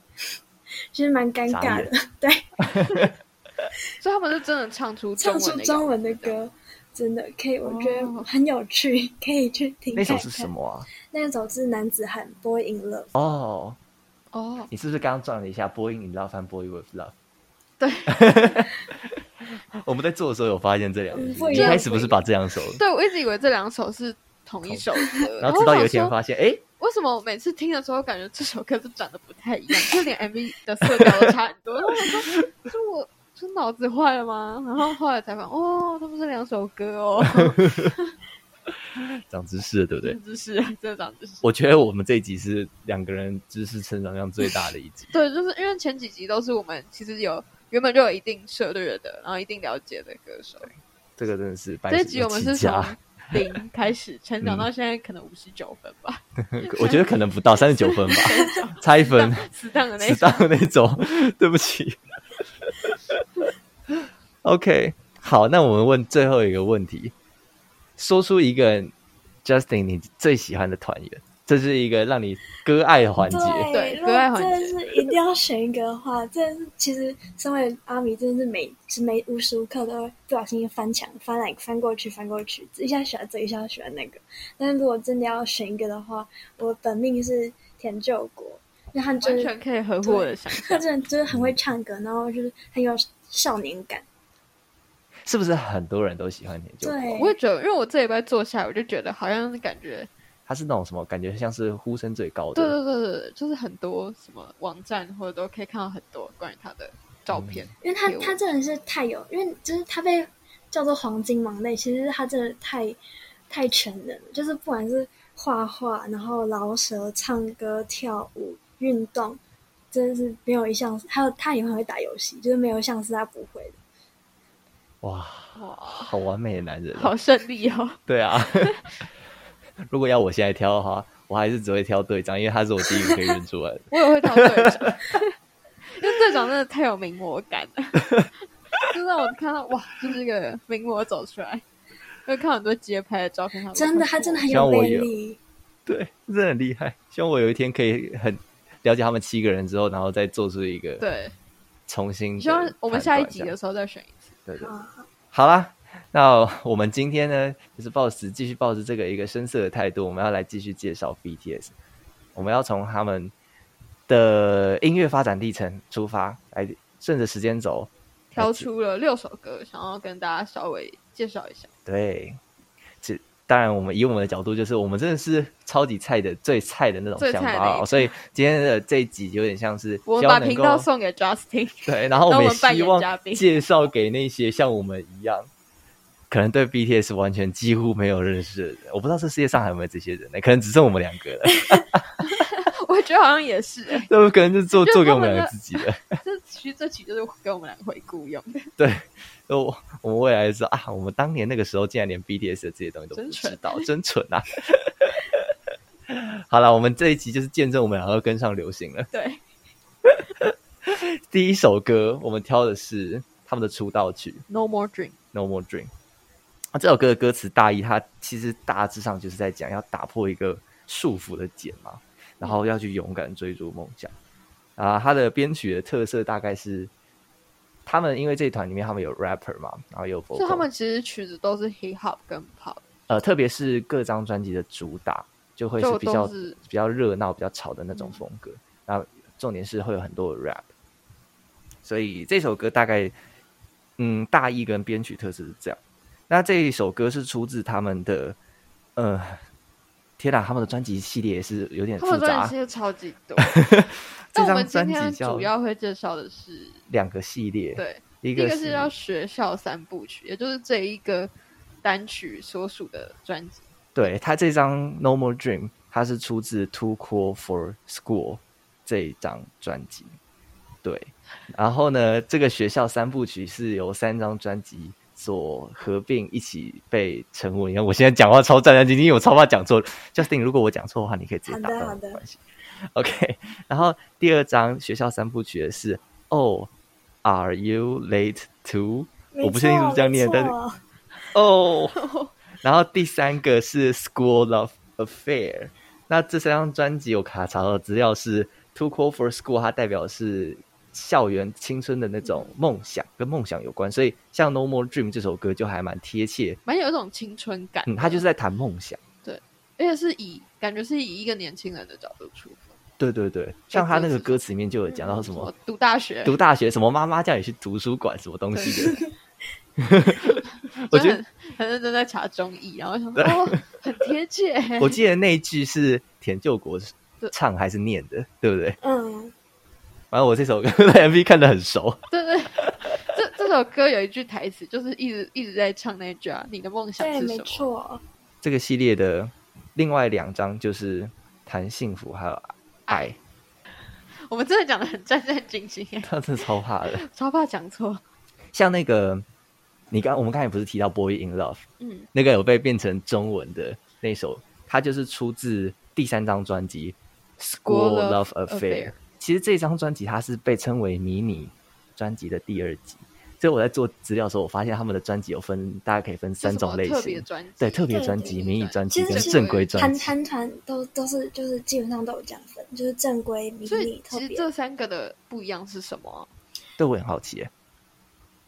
S1: 其实蛮尴尬的，对，
S4: 所以他们是真的唱出
S1: 唱出
S4: 文的
S1: 中文的
S4: 谣
S1: 歌，真的可以，我觉
S4: 哦
S1: 得很有趣，可以去听。
S2: 那首是什？么啊？
S1: 那首是男子汉《Boy in Love》。
S2: 哦，
S4: 哦，
S2: 你是不是刚刚转了一下《Boy in Love》和《Boy with Love》？
S4: 对，
S2: 我们在做的时候有发现这两个
S1: 嗯
S2: 字，
S1: 不一
S2: 你一
S1: 样
S2: 开始不是把这两首，
S4: 对我一直以为这两首是同一首 歌，
S2: 然
S4: 然
S2: 后直到有一
S4: 我想
S2: 天
S4: 说
S2: 发现，哎，
S4: 为什么我每次听的时候感觉这首歌都长得不太一样，就连 MV 的色调都差很多。然 后我想说，是我是脑子坏了吗？然后后来才发现，哦，他们是两首歌哦，
S2: 长知识了，对不对？
S4: 知识，真的长知识。。
S2: 我觉得我们这一集是两个人知识成长量最大的一集
S4: 对，就是因为前几集都是我们其实有原本就有一定涉猎的，然后一定了解的歌手。
S2: 这个真的是百
S4: 这一
S2: 思
S4: 集我们
S2: 起
S4: 是从
S2: 家嗯
S4: 零开始成长到现在，可能五十九分吧，
S2: 我觉得可能不到三十九分吧，差一分，
S4: 死 当的那
S2: 死
S4: 一
S2: 当的那种， 对不起。OK，好，那我们问最后一个问题，说出一个 Justin 你最喜欢的团员，这是一个让你割爱的环节。
S4: 对
S1: 如
S4: 格外
S1: 果
S4: 环
S1: 真的是一定要选一个的话，真的是其实身为阿米，真的是每是每无时无刻都会不小心翻墙，翻来翻过去，翻过去，一下喜欢这，一下喜欢那个。但是如果真的要选一个的话，我本命是田救国，因为他真
S4: 完
S1: 的
S4: 全可以合乎我的想
S1: 他
S4: 象。
S1: 真的就是很会唱歌，然后就是很有少年感。
S2: 是不是很多人都喜欢田就
S1: 对
S4: 我也觉得，因为我这礼拜坐下来，我就觉得好像感觉
S2: 他是那种什么感觉像是呼声最高的，
S4: 对对对对，对就是很多什么网站或者都可以看到很多关于他的照片。
S1: 因为他
S4: 有
S1: 他真的是太有，因为就是他被叫做黄金盲类，其实他真的太太全能了，就是不管是画画，然后饶舌、唱歌、跳舞、运动，真的是没有一项，还有他也很会打游戏，就是没有一项是他不会的。
S2: 啊哇，
S4: 哇，
S2: 好完美的男人、
S4: 好胜利哦！
S2: 对啊， 如果要我现在挑的话，我还是只会挑队长，因为他是我第一个可以认出来的。
S4: 我也会挑队长， 因为队长真的太有名模感了，就让我看到哇，就是一个名模走出来，会看很多街拍的照片，他们
S1: 真的，他真的很
S2: 希望
S1: 有
S2: 我
S1: 魅
S2: 有
S1: 力。
S2: 对，真的很厉害。希望我有一天可以很了解他们七个人之后，然后再做出一个
S4: 对，
S2: 重新的
S4: 希望我们下一
S2: 判断
S4: 集
S2: 这样
S4: 的时候再选一次。
S2: 对对，
S1: 啊，
S2: 好啦，那我们今天呢，就是抱持继续抱持这个一个深色的态度，我们要来继续介绍 BTS，我们要从他们的音乐发展历程出发，来顺着时间轴。
S4: 挑出了六首歌，想要跟大家稍微介绍一下。
S2: 对，这当然我们以我们的角度，就是我们真的是超级菜的最菜的那种
S4: 最
S2: 想
S4: 菜的
S2: 法
S4: 一
S2: 哦，
S4: 个
S2: 所以今天的这一集有点像是
S4: 我
S2: 希
S4: 们把
S2: 望能
S4: 频
S2: 够
S4: 道送给 Justin，
S2: 对，然后我
S4: 当
S2: 们
S4: 我
S2: 也
S4: 们扮
S2: 希
S4: 演
S2: 望
S4: 嘉宾
S2: 介绍给那些像我们一样，可能对 BTS 完全几乎没有认识的人。我不知道这世界上还有没有这些人呢，可能只剩我们两个了，
S4: 我觉得好像也是、欸，
S2: 那可能就做
S4: 就
S2: 做给
S4: 他
S2: 我们
S4: 们
S2: 两个
S4: 的
S2: 自己的。
S4: 这其实这期就是给我们两个回顾用的，
S2: 对，呃我 我们未来就知道啊，我们当年那个时候竟然连 BTS 的这些东西都不
S4: 真
S2: 知
S4: 蠢
S2: 道，真蠢啊！ 好了，我们这一集就是见证我们两个跟上流行了。
S4: 对，
S2: 第一首歌我们挑的是他们的出道曲，
S4: No More Dream，
S2: No More Dream。啊，这首歌的歌词大意，它其实大致上就是在讲要打破一个束缚的茧嘛，然后要去勇敢追逐梦想。啊，它的编曲的特色大概是，他们因为这一团里面他们有 rapper 嘛，然后有 vocal，
S4: 所以他们其实曲子都是 Hip Hop 跟 Pop，
S2: 呃，特别是各张专辑的主打就会是
S4: 就
S2: 比较
S4: 都是嗯
S2: 比较热闹、比较吵的那种风格。那、重点是会有很多的 rap，所以这首歌大概嗯大意跟编曲特色是这样。那这一首歌是出自他们的呃，天哪，他们的专辑系列也是有点
S4: 他
S2: 复
S4: 们专
S2: 杂
S4: 辑其。实超级 多。
S2: 这
S4: 但我
S2: 张
S4: 们今
S2: 专
S4: 天
S2: 辑叫
S4: 主要会介绍的是，
S2: 两个系列，
S4: 对，
S2: 一
S4: 一
S2: 个
S4: 是叫学校三部曲，也就是这一个单曲所属的专辑。
S2: 对他这张《No More Dream》，它是出自《Too Cool for School》这一张专辑。对，然后呢，这个学校三部曲是由三张专辑所合并一起被成为。你看，我现在讲话超战战兢兢，因为我超怕讲错。Justin，如果我讲错的话，你可以直接打
S1: 好的
S2: 断我，
S1: 好的
S2: 没关系。OK，然 后第二张学校三部曲的是《Oh Are You Late To》，我不确定是不是这样念，但是
S1: 没错
S2: 哦， 然后第三个是《School Love Affair》。那这三张专辑，我卡查到的资料是《Too Cool for School》，它代表的是校园青春的那种梦想，跟梦想有关。所以像《No More Dream》这首歌就还蛮贴切，
S4: 蛮有一种青春感的，
S2: 嗯，它就是在谈梦想。
S4: 而且是以感觉是以一个年轻人的角度出发，
S2: 对对对，像他那个歌词里面就有讲到什么
S4: 读大学，
S2: 读大学，什么妈妈叫你去图书馆，什么东西的。 我
S4: 就
S2: 觉得
S4: 很很认真在查中医，然后想说哦，很贴 切。
S2: 我记得那一句是田救国
S4: 对
S2: 唱还是念的，对不对？
S1: 嗯，
S2: 反正我这首 歌的 MV 看得很熟，
S4: 对对，这这首歌有一句台词，就是一直一直在唱那一句啊，你的梦想
S1: 对，
S4: 是
S1: 没
S4: 什么？
S1: 错，
S2: 这个系列的另外两张就是谈幸福还有爱，
S4: 我们真的讲的很战战兢兢耶，
S2: 他真的超怕的。
S4: 超怕讲错。
S2: 像那个你刚我们刚才不是提到《Boy in Love》
S4: 嗯，
S2: 那个有被变成中文的那首，它就是出自第三张专辑《School
S4: School
S2: Love
S4: Love
S2: Affair》
S4: Affair。
S2: 其实这张专辑它是被称为迷你专辑的第二集。所以我在做资料的时候，我发现他们的专辑有分，大家可以分三种类
S4: 就什么特别
S2: 型。
S4: 专辑，
S2: 对，哦特别专
S4: 对
S2: 辑、
S4: 对
S2: 迷你
S4: 对
S2: 专辑
S1: 其实
S2: 跟
S1: 是
S2: 正规专
S1: 韩
S2: 辑。
S1: 韩团都都是就是基本上都有这样分，就是正规、迷
S4: 所
S1: 你
S4: 以、
S1: 特
S4: 其实
S1: 别。
S4: 这三个的不一样是什么啊、
S2: 对我很好奇耶，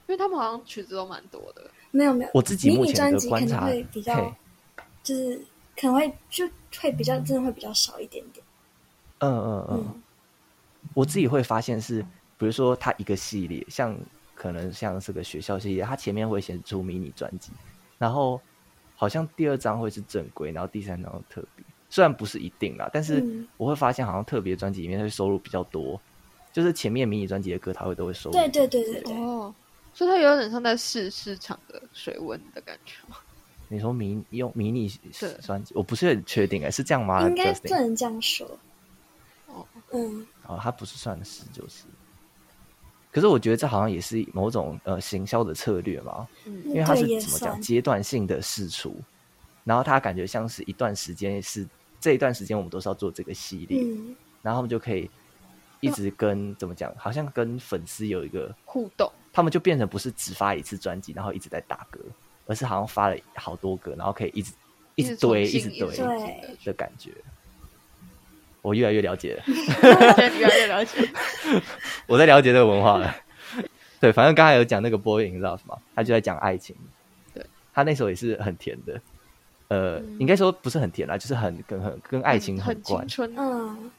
S4: 因为他们好像曲子都蛮多的，
S1: 没有没有，
S2: 我自己
S1: 迷
S2: 目
S1: 你
S2: 前
S1: 专
S2: 的
S1: 辑可
S2: 观
S1: 能
S2: 察，
S1: 会比较
S2: 嘿，
S1: 就是可能会就会比较真的会比较少一点点。
S2: 嗯嗯嗯
S1: 嗯，
S2: 我自己会发现是，比如说它一个系列，像可能像这个学校系列，它前面会先出迷你专辑，然后好像第二张会是正规，然后第三张会特别，虽然不是一定啦，但是
S1: 嗯
S2: 我会发现好像特别专辑里面会收录比较多，就是前面迷你专辑的歌，它会都会收录。
S1: 嗯对对对对对，
S4: 哦，所以它有点像在试市场的水温的感觉吗。
S2: 你说迷用迷你
S4: 对
S2: 专辑，我不是很确定哎、是这样吗？
S1: 应该
S2: Justin
S1: 不能这样说。
S4: 哦
S1: 嗯，
S2: 哦，它不是算十就是。可是我觉得这好像也是某
S4: 嗯
S2: 种呃行销的策略嘛，因为它
S1: 对
S2: 是
S1: 也
S2: 怎么讲
S1: 算。
S2: 阶段性的试出，然后他感觉像是一段时间是这一段时间我们都是要做这个系列，
S1: 嗯，
S2: 然后他们就可以一直跟、怎么讲，好像跟粉丝有一个，
S4: 互动，
S2: 他们就变成不是只发一次专辑，然后一直在打歌，而是好像发了好多歌，然后可以一直一直堆一直
S4: 重新一
S2: 堆
S4: 直重新
S1: 对
S4: 的
S2: 的感觉。我越来越了解了，
S4: 觉得越来越了解。
S2: 我在了解这个文化了。 对，反正刚才有讲那个 Boy in Love 嘛，他就在讲爱情。
S4: 对，
S2: 他那首也是很甜的，呃，
S4: 嗯
S2: 应该说不是很甜啦，就是很跟很跟 爱情
S4: 很
S2: 关
S4: 青。春，
S1: 嗯，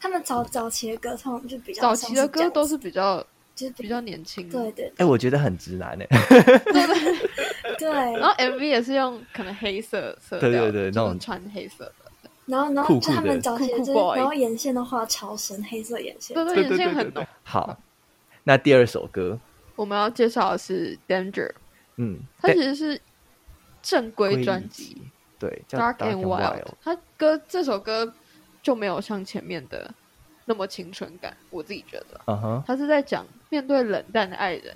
S1: 他们早早期的歌通常就比较
S4: 早期的歌都
S1: 是
S4: 是比较
S1: 就是比
S4: 比较年轻，
S1: 对，对
S2: 哎、我觉得很直男哎、
S1: 对，
S4: 然后 MV 也是用可能黑色色调
S2: 对
S4: 的，
S2: 对对
S4: 就是
S2: 那种
S4: 穿黑色的，
S1: 然后然
S2: 酷
S1: 后
S2: 酷
S1: 就他
S2: 的
S1: 们早期
S4: 酷
S1: 的
S4: 酷
S1: 就是
S4: boy
S1: 然后眼线都画超深，黑色眼线
S4: 对， 对，眼线很浓。
S2: 好，那第二首歌，
S4: 我们要介绍的是 Danger，
S2: 嗯，
S4: 它
S2: 但
S4: 其实是正规专辑，
S2: 对，
S4: 《
S2: 叫
S4: Dark and Wild
S2: Wild，》，
S4: 它歌这首歌就没有像前面的那么青春感，我自己觉得，
S2: 嗯哼，
S4: 它是在讲面对冷淡的爱人，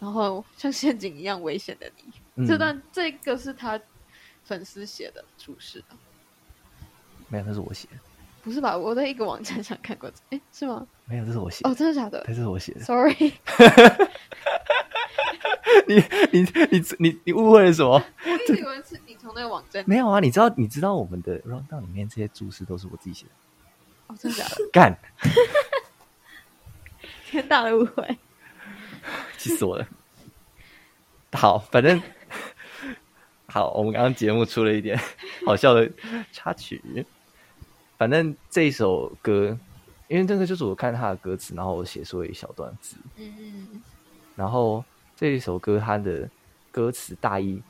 S4: 然后像陷阱一样危险的你。
S2: 嗯
S4: 这段这个是他粉丝写的注释，
S2: 没有，这是我写的，
S4: 不是吧？我在一个网站上看过这，哎，是吗？
S2: 没有，这是我写的，
S4: 哦，真的假的
S2: 这是我写的。
S4: ？Sorry，
S2: 你你你你你误会了什么？
S4: 我一直以为是你从那个网站。
S2: 没有啊，你知道你知道我们的 round down 里面这些注释都是我自己写的，
S4: 哦，真的假的？
S2: 干，
S4: 天大的误会。
S2: 气死我了。好，反正好，我们刚刚节目出了一点好笑的插曲。反正这首歌，因为这个就是我看他的歌词，然后我写出了一小段字。
S4: 嗯，
S2: 然后这一首歌它的歌词大意，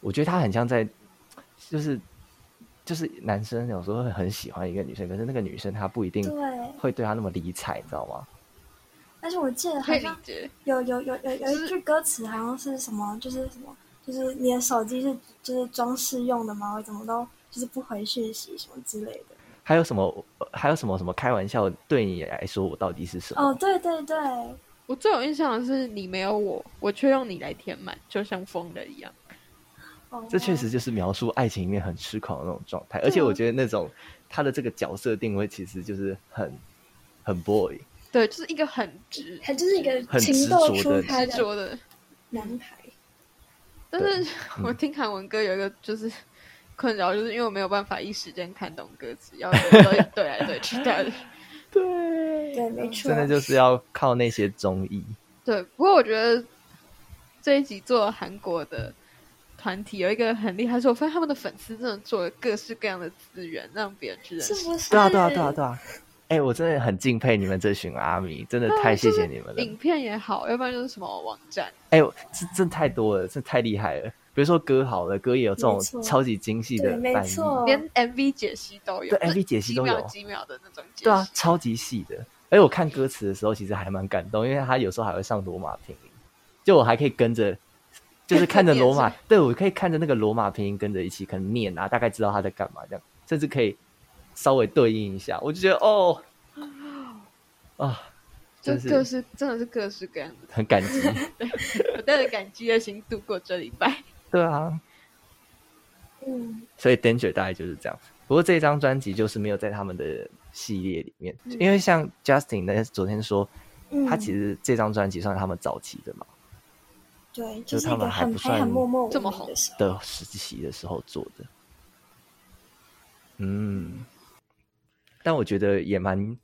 S2: 我觉得它很像在，就是就是男生有时候会很喜欢一个女生，可是那个女生她不一定
S1: 对。
S2: 会对他那么理睬，你知道吗？
S1: 但是我记得
S4: 可
S1: 好
S4: 以理
S1: 像
S4: 解。
S1: 有有有有有
S4: 就是
S1: 一句歌词好像是什么，就是什么，就是你的手机是就是装饰用的吗？我怎么都就是不回讯息什么之类的。
S2: 还有什么呃还有什么什么开玩笑，对你来说我到底是什么？
S1: 哦，对对对，
S4: 我最有印象的是你没有我，我却用你来填满，就像疯了一样。
S1: 哦，
S2: 这确实就是描述爱情里面很痴狂的那种状态，而且
S1: 对啊
S2: 我觉得那种他的这个角色定位其实就是很很 boy，
S4: 对，就是一个很直
S1: 他就是一个
S2: 很
S1: 情
S2: 执
S1: 窦
S2: 着
S1: 初
S2: 的
S1: 开
S4: 执
S1: 的
S4: 着的。
S1: 男孩。
S4: 但
S2: 对嗯
S4: 是我听韩文歌有一个就是困扰，就是因为我没有办法一时间看懂歌词， 要对对来对去对
S1: 对，没错，
S2: 真的就是要靠那些综艺。
S4: 对。不过我觉得这一集做韩国的团体有一个很厉害，是我发现他们的粉丝真的做了各式各样的资源，让别人去认
S1: 是
S4: 识。
S1: 不是？
S2: 对啊，对啊，对啊，对啊！哎、我真的很敬佩你们这群阿迷，真的
S4: 对啊
S2: 太谢
S4: 就
S2: 谢
S4: 是
S2: 你们了。
S1: 哦
S4: 影片也好，要不然就是什么网站，
S2: 哎、呦，这真太多了，这太厉害了。比如说歌好了，歌也有这种
S1: 没错
S2: 超级精细的
S1: 对没
S2: 翻译，
S1: 错
S4: 连 MV 解析都有，
S2: 对 MV 解析都有
S4: 几秒几秒的那种解析。
S2: 对啊，超级细的。而且我看歌词的时候，其实还蛮感动，因为他有时候还会上罗马拼音，就我还可以跟着，就是看着罗马， 对我可以看着那个罗马拼音跟着一起，可能念啊，大概知道他在干嘛这样，甚至可以稍微对应一下，我就觉得哦，啊，
S4: 就
S2: 真是
S4: 各式真的是各式各样的。
S2: 很感激。
S4: 我带着感激的心度过这礼拜。
S2: 对啊，
S1: 嗯，
S2: 所以 Danger 大概就是这样。不过这张专辑就是没有在他们的系列里面，因为像 Justin 呢，昨天说
S1: 嗯
S2: 他其实这张专辑算是他们早期的嘛
S1: 对，
S2: 就是
S1: 是
S2: 他
S1: 一
S2: 们
S1: 个
S2: 还
S1: 很
S2: 不
S1: 还很
S2: 算
S1: 默默无
S4: 这么
S1: 名
S4: 红
S1: 的时候。
S2: 的时期的时候做的。嗯，但我觉得也蛮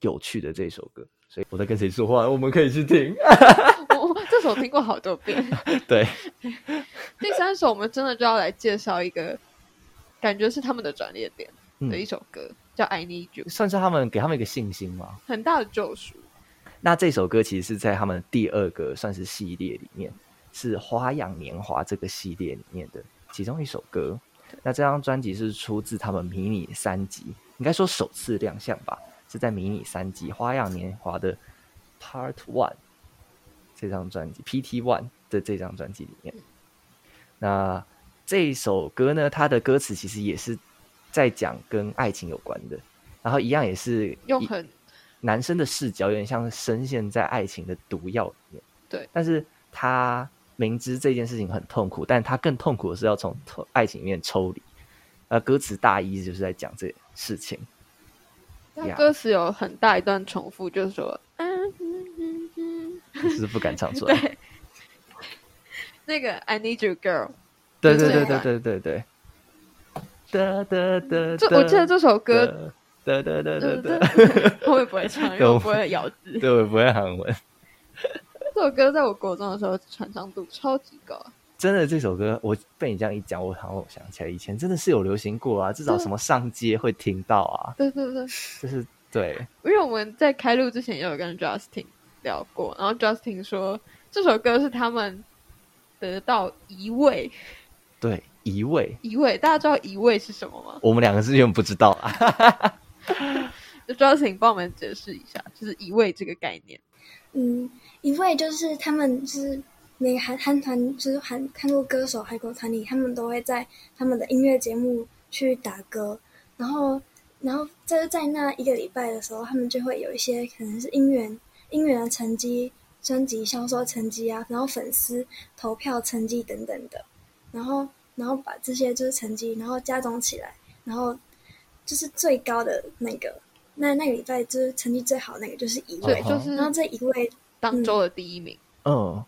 S2: 有趣的这首歌，所以我在跟谁说话，我们可以去听。
S4: 我这首听过好多遍。
S2: 对，
S4: 第三首我们真的就要来介绍一个，感觉是他们的转捩点的一首歌，叫《I Need You》，
S2: 嗯算是他们给他们一个信心嘛。
S4: 很大的救赎。
S2: 那这首歌其实是在他们第二个算是系列里面，是《花样年华》这个系列里面的其中一首歌。那这张专辑是出自他们迷你三辑，应该说首次亮相吧，是在迷你三辑《花样年华》的 Part One 这张专辑 PT One 的这张专辑里面。那这首歌呢，它的歌词其实也是在讲跟爱情有关的，然后一样也是
S4: 用
S2: 以
S4: 很
S2: 男生的视角有点像深陷在爱情的毒药里面。
S4: 对
S2: 但是他明知这件事情很痛苦，但他更痛苦的是要从痛爱情里面抽离。呃，歌词大意就是在讲这事情。
S4: 那
S2: Yeah
S4: 歌词有很大一段重复，就是说，嗯嗯嗯嗯，
S2: 就是不敢唱出来。
S4: 对，那个 I need you girl，
S2: 对
S4: 对
S2: 对
S4: 对
S2: 对
S4: 嗯
S2: 对对对对。哒哒哒，
S4: 这我记得这首歌，嗯
S2: 哒哒哒哒
S4: 对
S2: 哒，
S4: 我也不会唱，因为我不会咬字。
S2: 对我不会韩文。
S4: 这首歌在我国中的时候传唱度超级高，
S2: 真的，这首歌我被你这样一讲，我好像我想起来以前真的是有流行过啊，至少
S4: 对
S2: 什么上街会听到啊，
S4: 对对对，
S2: 就是对
S4: 因为我们在开录之前也有跟 Justin 聊过，然后 Justin 说这首歌是他们得到移位，
S2: 对移位，
S4: 移位，大家知道移位是什么吗？
S2: 我们两个是原本不知道啊。
S4: 就 Justin 帮我们解释一下，就是移位这个概念。
S1: 嗯，一位就是他们就是每个韩韩团，就是韩韩国歌手、韩国团体，他们都会在他们的音乐节目去打歌，然后然后就是在那一个礼拜的时候，他们就会有一些可能是音源音源的成绩、专辑销售成绩啊，然后粉丝投票成绩等等的，然后然后把这些就是成绩，然后加总起来，然后就是最高的那个。那那个礼拜就是成绩最好那个就是一位
S4: 对，
S2: 哦，
S4: 就
S1: 然后
S4: 是
S1: 这一位
S4: 当周的第一名。
S2: 嗯，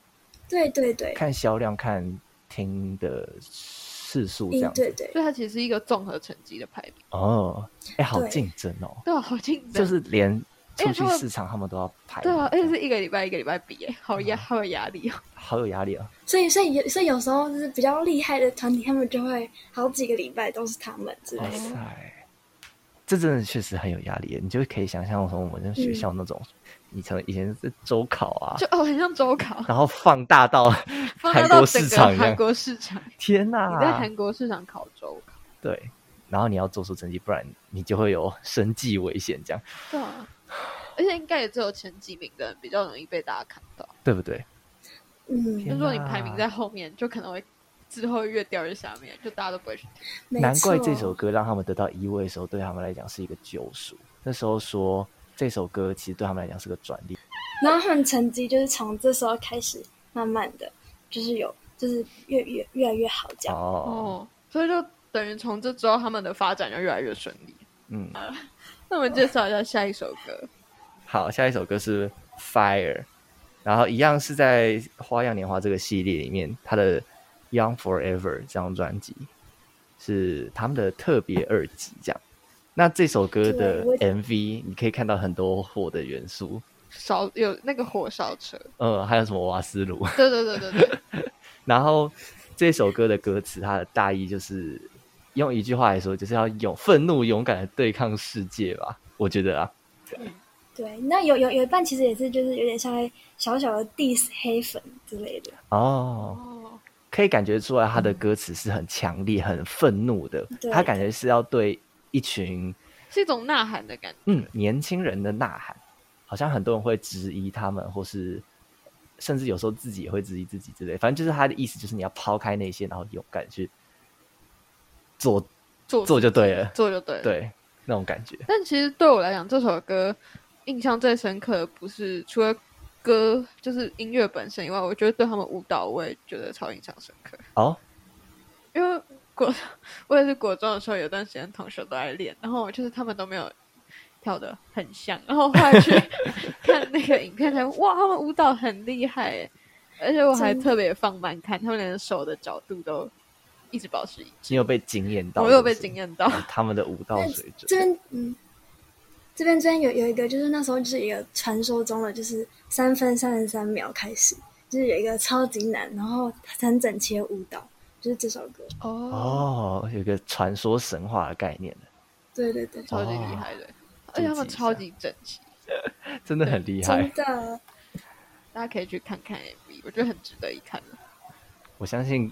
S1: 对对对，
S2: 看销量，看听的次数这
S1: 嗯
S2: 样
S1: 对
S2: 子。
S1: 对
S4: 所以它其实是一个综合成绩的排名，
S2: 哦，哎，好
S1: 对
S2: 竞争哦，
S4: 对啊，好竞争，
S2: 就是连出
S4: 哎
S2: 去
S4: 他们
S2: 市场他们都要排。
S4: 对啊，而且是一个礼拜一个礼拜比，哎，好
S2: 嗯
S4: 压，好有压力哦。
S2: 好有压力啊。
S1: 所以所以有所以有时候就是比较厉害的团体，他们就会好几个礼拜都是他们之类
S2: 哇
S1: 的。
S2: 塞，这真的确实很有压力耶，你就可以想象从我们学校那种，以前以前是周考啊，
S4: 就哦，很像周考，
S2: 然后放大 到
S4: 放大
S2: 韩
S4: 到
S2: 国
S4: 整
S2: 市
S4: 个
S2: 场一样啊
S4: 韩国市场。
S2: 天哪、
S4: 你在韩国市场考周考，
S2: 对，然后你要做出成绩，不然你就会有生计危险，这样
S4: 对啊，而且应该也只有前几名的人比较容易被大家看到，
S2: 对不对？
S1: 嗯，
S4: 就
S2: 天
S4: 如果你
S2: 哪
S4: 排名在后面，就可能会之后越掉越下面，就大家都不会去听。
S1: 没
S2: 难怪
S1: 错
S2: 这首歌让他们得到一位的时候，对他们来讲是一个救赎。那时候说这首歌其实对他们来讲是个转捩，
S1: 然后他们成绩就是从这时候开始，慢慢的就是有就是越越越来越好这样。
S2: 哦，
S4: 哦，所以就等于从这之后，他们的发展就越来越顺利。
S2: 嗯，
S4: 那我们介绍一下下一首歌，
S2: 好，下一首歌是《Fire》，然后一样是在《花样年华》这个系列里面，他的《Young Forever》这张专辑是他们的特别二辑，这样。那这首歌的
S1: 对我
S2: MV 你可以看到很多火的元素，
S4: 烧有那个火烧车，
S2: 嗯，还有什么瓦斯炉，
S4: 对对对对对，
S2: 然后这首歌的歌词，它的大意就是用一句话来说，就是要勇愤怒、勇敢的对抗世界吧。我觉得啊，
S1: 对，那有有有一半其实也是就是有点像在小小的 diss 黑粉之类的。
S2: 哦，
S4: 哦，
S2: 可以感觉出来，他的歌词是很强烈、很愤怒的。
S1: 对
S2: 他感觉是要对一群
S4: 是一种呐喊的感觉。
S2: 嗯年轻人的呐喊，好像很多人会质疑他们，或是甚至有时候自己也会质疑自己之类。反正就是他的意思，就是你要抛开那些，然后勇敢去做
S4: 做
S2: 做就对了，
S4: 做就对了。
S2: 对那种感觉。
S4: 但其实对我来讲，这首歌印象最深刻的不是除了歌，就是音乐本身以外，我觉得对他们舞蹈我也觉得超印象深刻。
S2: 哦，
S4: 因为国 我也是国中的时候，有段时间同学都在练，然后我就是他们都没有跳的很像，然后后来去看那个影片才哇，他们舞蹈很厉害耶！而且我还
S1: 真的
S4: 特别放慢看，他们连手的角度都一直保持一致，
S2: 你有被惊艳到？
S4: 我有被
S2: 是不是呃
S4: 惊艳到。
S2: 他们的舞蹈水
S1: 这
S2: 准。
S1: 边嗯，这边这边有有一个，就是那时候就是一个传说中的，就是三分三十三秒开始，就是有一个超级难，然后很整齐的舞蹈，就是这首歌。
S4: 哦，
S2: 哦，有一个传说神话的概念
S1: 对对对，
S4: 超级厉
S2: 哦
S4: 害的，而且他们超级整齐。
S2: 真的很厉害
S1: 真。的，
S4: 大家可以去看看 MV，我觉得很值得一看的。
S2: 我相信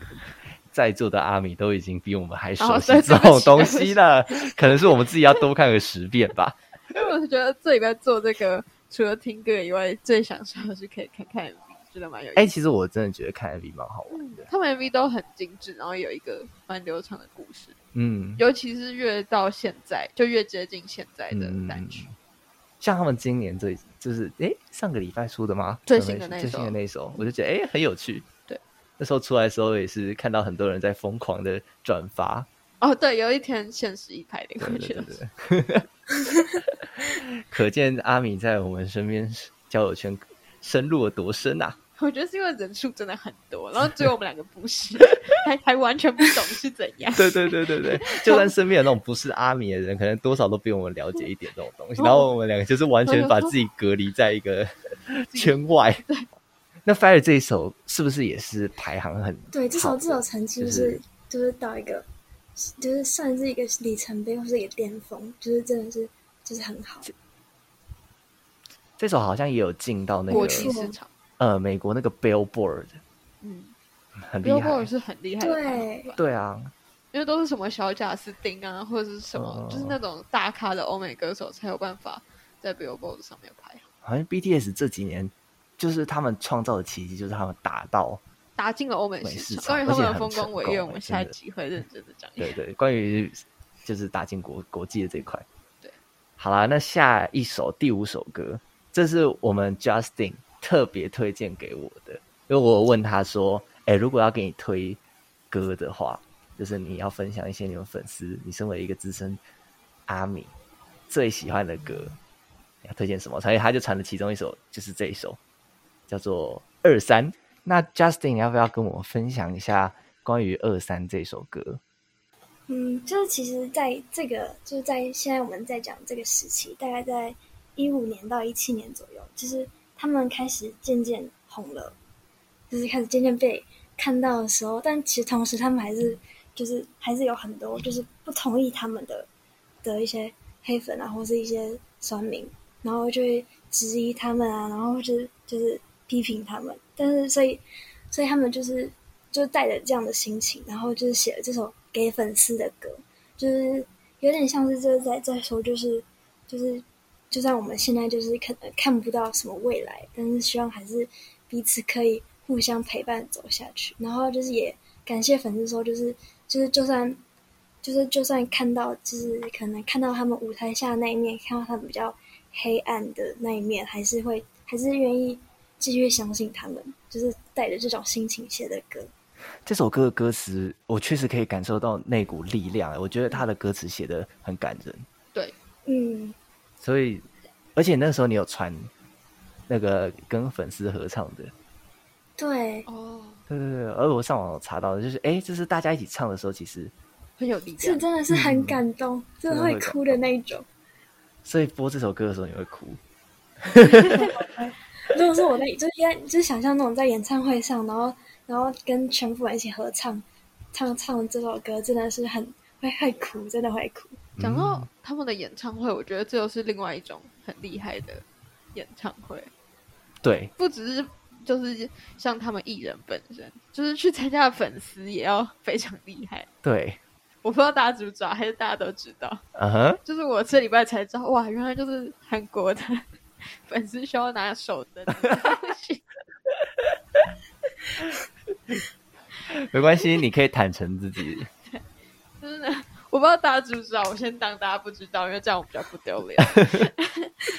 S2: 在座的阿米都已经比我们还熟
S4: 哦
S2: 悉
S4: 对
S2: 这
S4: 对不
S2: 种
S4: 起
S2: 东西了，可能是我们自己要多看个十遍吧。
S4: 因为我是觉得这礼拜做这个，除了听歌以外，最享受的是可以看看 MV，觉得蛮有意思。
S2: 哎、其实我真的觉得看 MV 蛮好玩的。
S4: 他们 MV 都很精致，然后有一个蛮流畅的故事，
S2: 嗯，
S4: 尤其是越到现在，就越接近现在的
S2: 嗯
S4: 单曲。
S2: 像他们今年最就是哎、上个礼拜出的吗？
S4: 最新的那一首
S2: 最新的那一首，我就觉得哎、很有趣。
S4: 对，
S2: 那时候出来的时候也是看到很多人在疯狂的转发，
S4: 哦，对，有一天限时一排领过
S2: 对
S4: 去
S2: 对
S4: 了。
S2: 对对， 可见阿米在我们身边交友圈深入了多深啊！
S4: 我觉得是因为人数真的很多，然后只有我们两个不 是，还还完全不懂是怎样。
S2: 对对对对对， 就算身边有那种不是阿米的人，可能多少都比我们了解一点这种东西。然后我们两个就是完全把自己隔离在一 个圈外。那 Fire 这一首是不是也是排行很
S1: 对，这首
S2: 好
S1: 这首成绩就是就是到一个，就是算是一个里程碑或是一个巅峰，就是真的是就是很好。
S2: 这首好像也有进到那
S4: 国
S2: 个
S4: 际市场，
S2: 呃美国那个 Billboard，
S4: 嗯
S2: 很厉害
S4: ，Billboard。是很厉害的排行
S1: 对，
S4: 榜，
S2: 对啊，
S4: 因为都是什么小贾斯汀啊，或者是什么，
S2: 哦
S4: 就是那种大咖的欧美歌手才有办法在 Billboard 上面啊排，
S2: 好像 BTS 这几年就是他们创造的奇迹，就是他们打到
S4: 打进了欧美
S2: 美市
S4: 市
S2: 场
S4: 场。关于他们
S2: 而
S4: 的
S2: 且很
S4: 丰功伟
S2: 成
S4: 业，
S2: 功
S4: 我们下一
S2: 真的
S4: 集会认真的讲一下。
S2: 对对，关于就是打进国国际的这一块。
S4: 对，
S2: 好啦，那下一首第五首歌，这是我们 Justin 特别推荐给我的，因为我有问他说，哎、如果要给你推歌的话，就是你要分享一些你们粉丝，你身为一个资深阿米最喜欢的歌，你要推荐什么？所以他就传了其中一首，就是这一首，叫做《二三》。那 Justin，你要不要跟我们分享一下关于《二三》这首歌？
S1: 嗯，就是其实在这个就是在现在我们在讲这个时期，大概在一五年到一七年左右，就是他们开始渐渐红了，就是开始渐渐被看到的时候，但其实同时他们还是就是还是有很多就是不同意他们的的一些黑粉啊，或是一些酸民，然后就会质疑他们啊，然后就是就是批评他们，但是所以所以他们就是就带着这样的心情，然后就是写了这首给粉丝的歌，就是有点像是就是在在说，就是就是就算我们现在就是看看不到什么未来，但是希望还是彼此可以互相陪伴走下去。然后就是也感谢粉丝说，就是就是就算就是就算看到就是可能看到他们舞台下的那一面，看到他们比较黑暗的那一面，还是会还是愿意继续相信他们，就是带着这种心情写的歌。
S2: 这首歌的歌词，我确实可以感受到那股力量。我觉得他的歌词写的很感人，
S1: 嗯，
S2: 所以而且那时候你有传那个跟粉丝合唱的，
S1: 对，
S4: 哦，
S2: 对对对。而我上网有查到的就是，哎，这是大家一起唱的时候，其实
S4: 很有力
S2: 嗯
S1: 是
S4: 量。
S1: 真的是很感动，真的会哭的那一种。
S2: 所以播这首歌的时候你会哭。
S1: 如果是我在，就是在就是想象那种在演唱会上，然后然后跟全部人一起合唱，唱唱这首歌，真的是很会会哭，真的会哭。
S4: 讲到他们的演唱会，我觉得这又是另外一种很厉害的演唱会，
S2: 对，
S4: 不只是就是像他们艺人本身，就是去参加的粉丝也要非常厉害。
S2: 对，
S4: 我不知道大家知不知道，还是大家都知道。
S2: 嗯哼，
S4: 就是我这礼拜才知道，哇，原来就是韩国的 粉丝需要拿手灯这个 东西。
S2: 没关系，你可以坦诚自己。
S4: 真的，我不知道大家知不知道，我先当大家不知道，因为这样我比较不丢脸。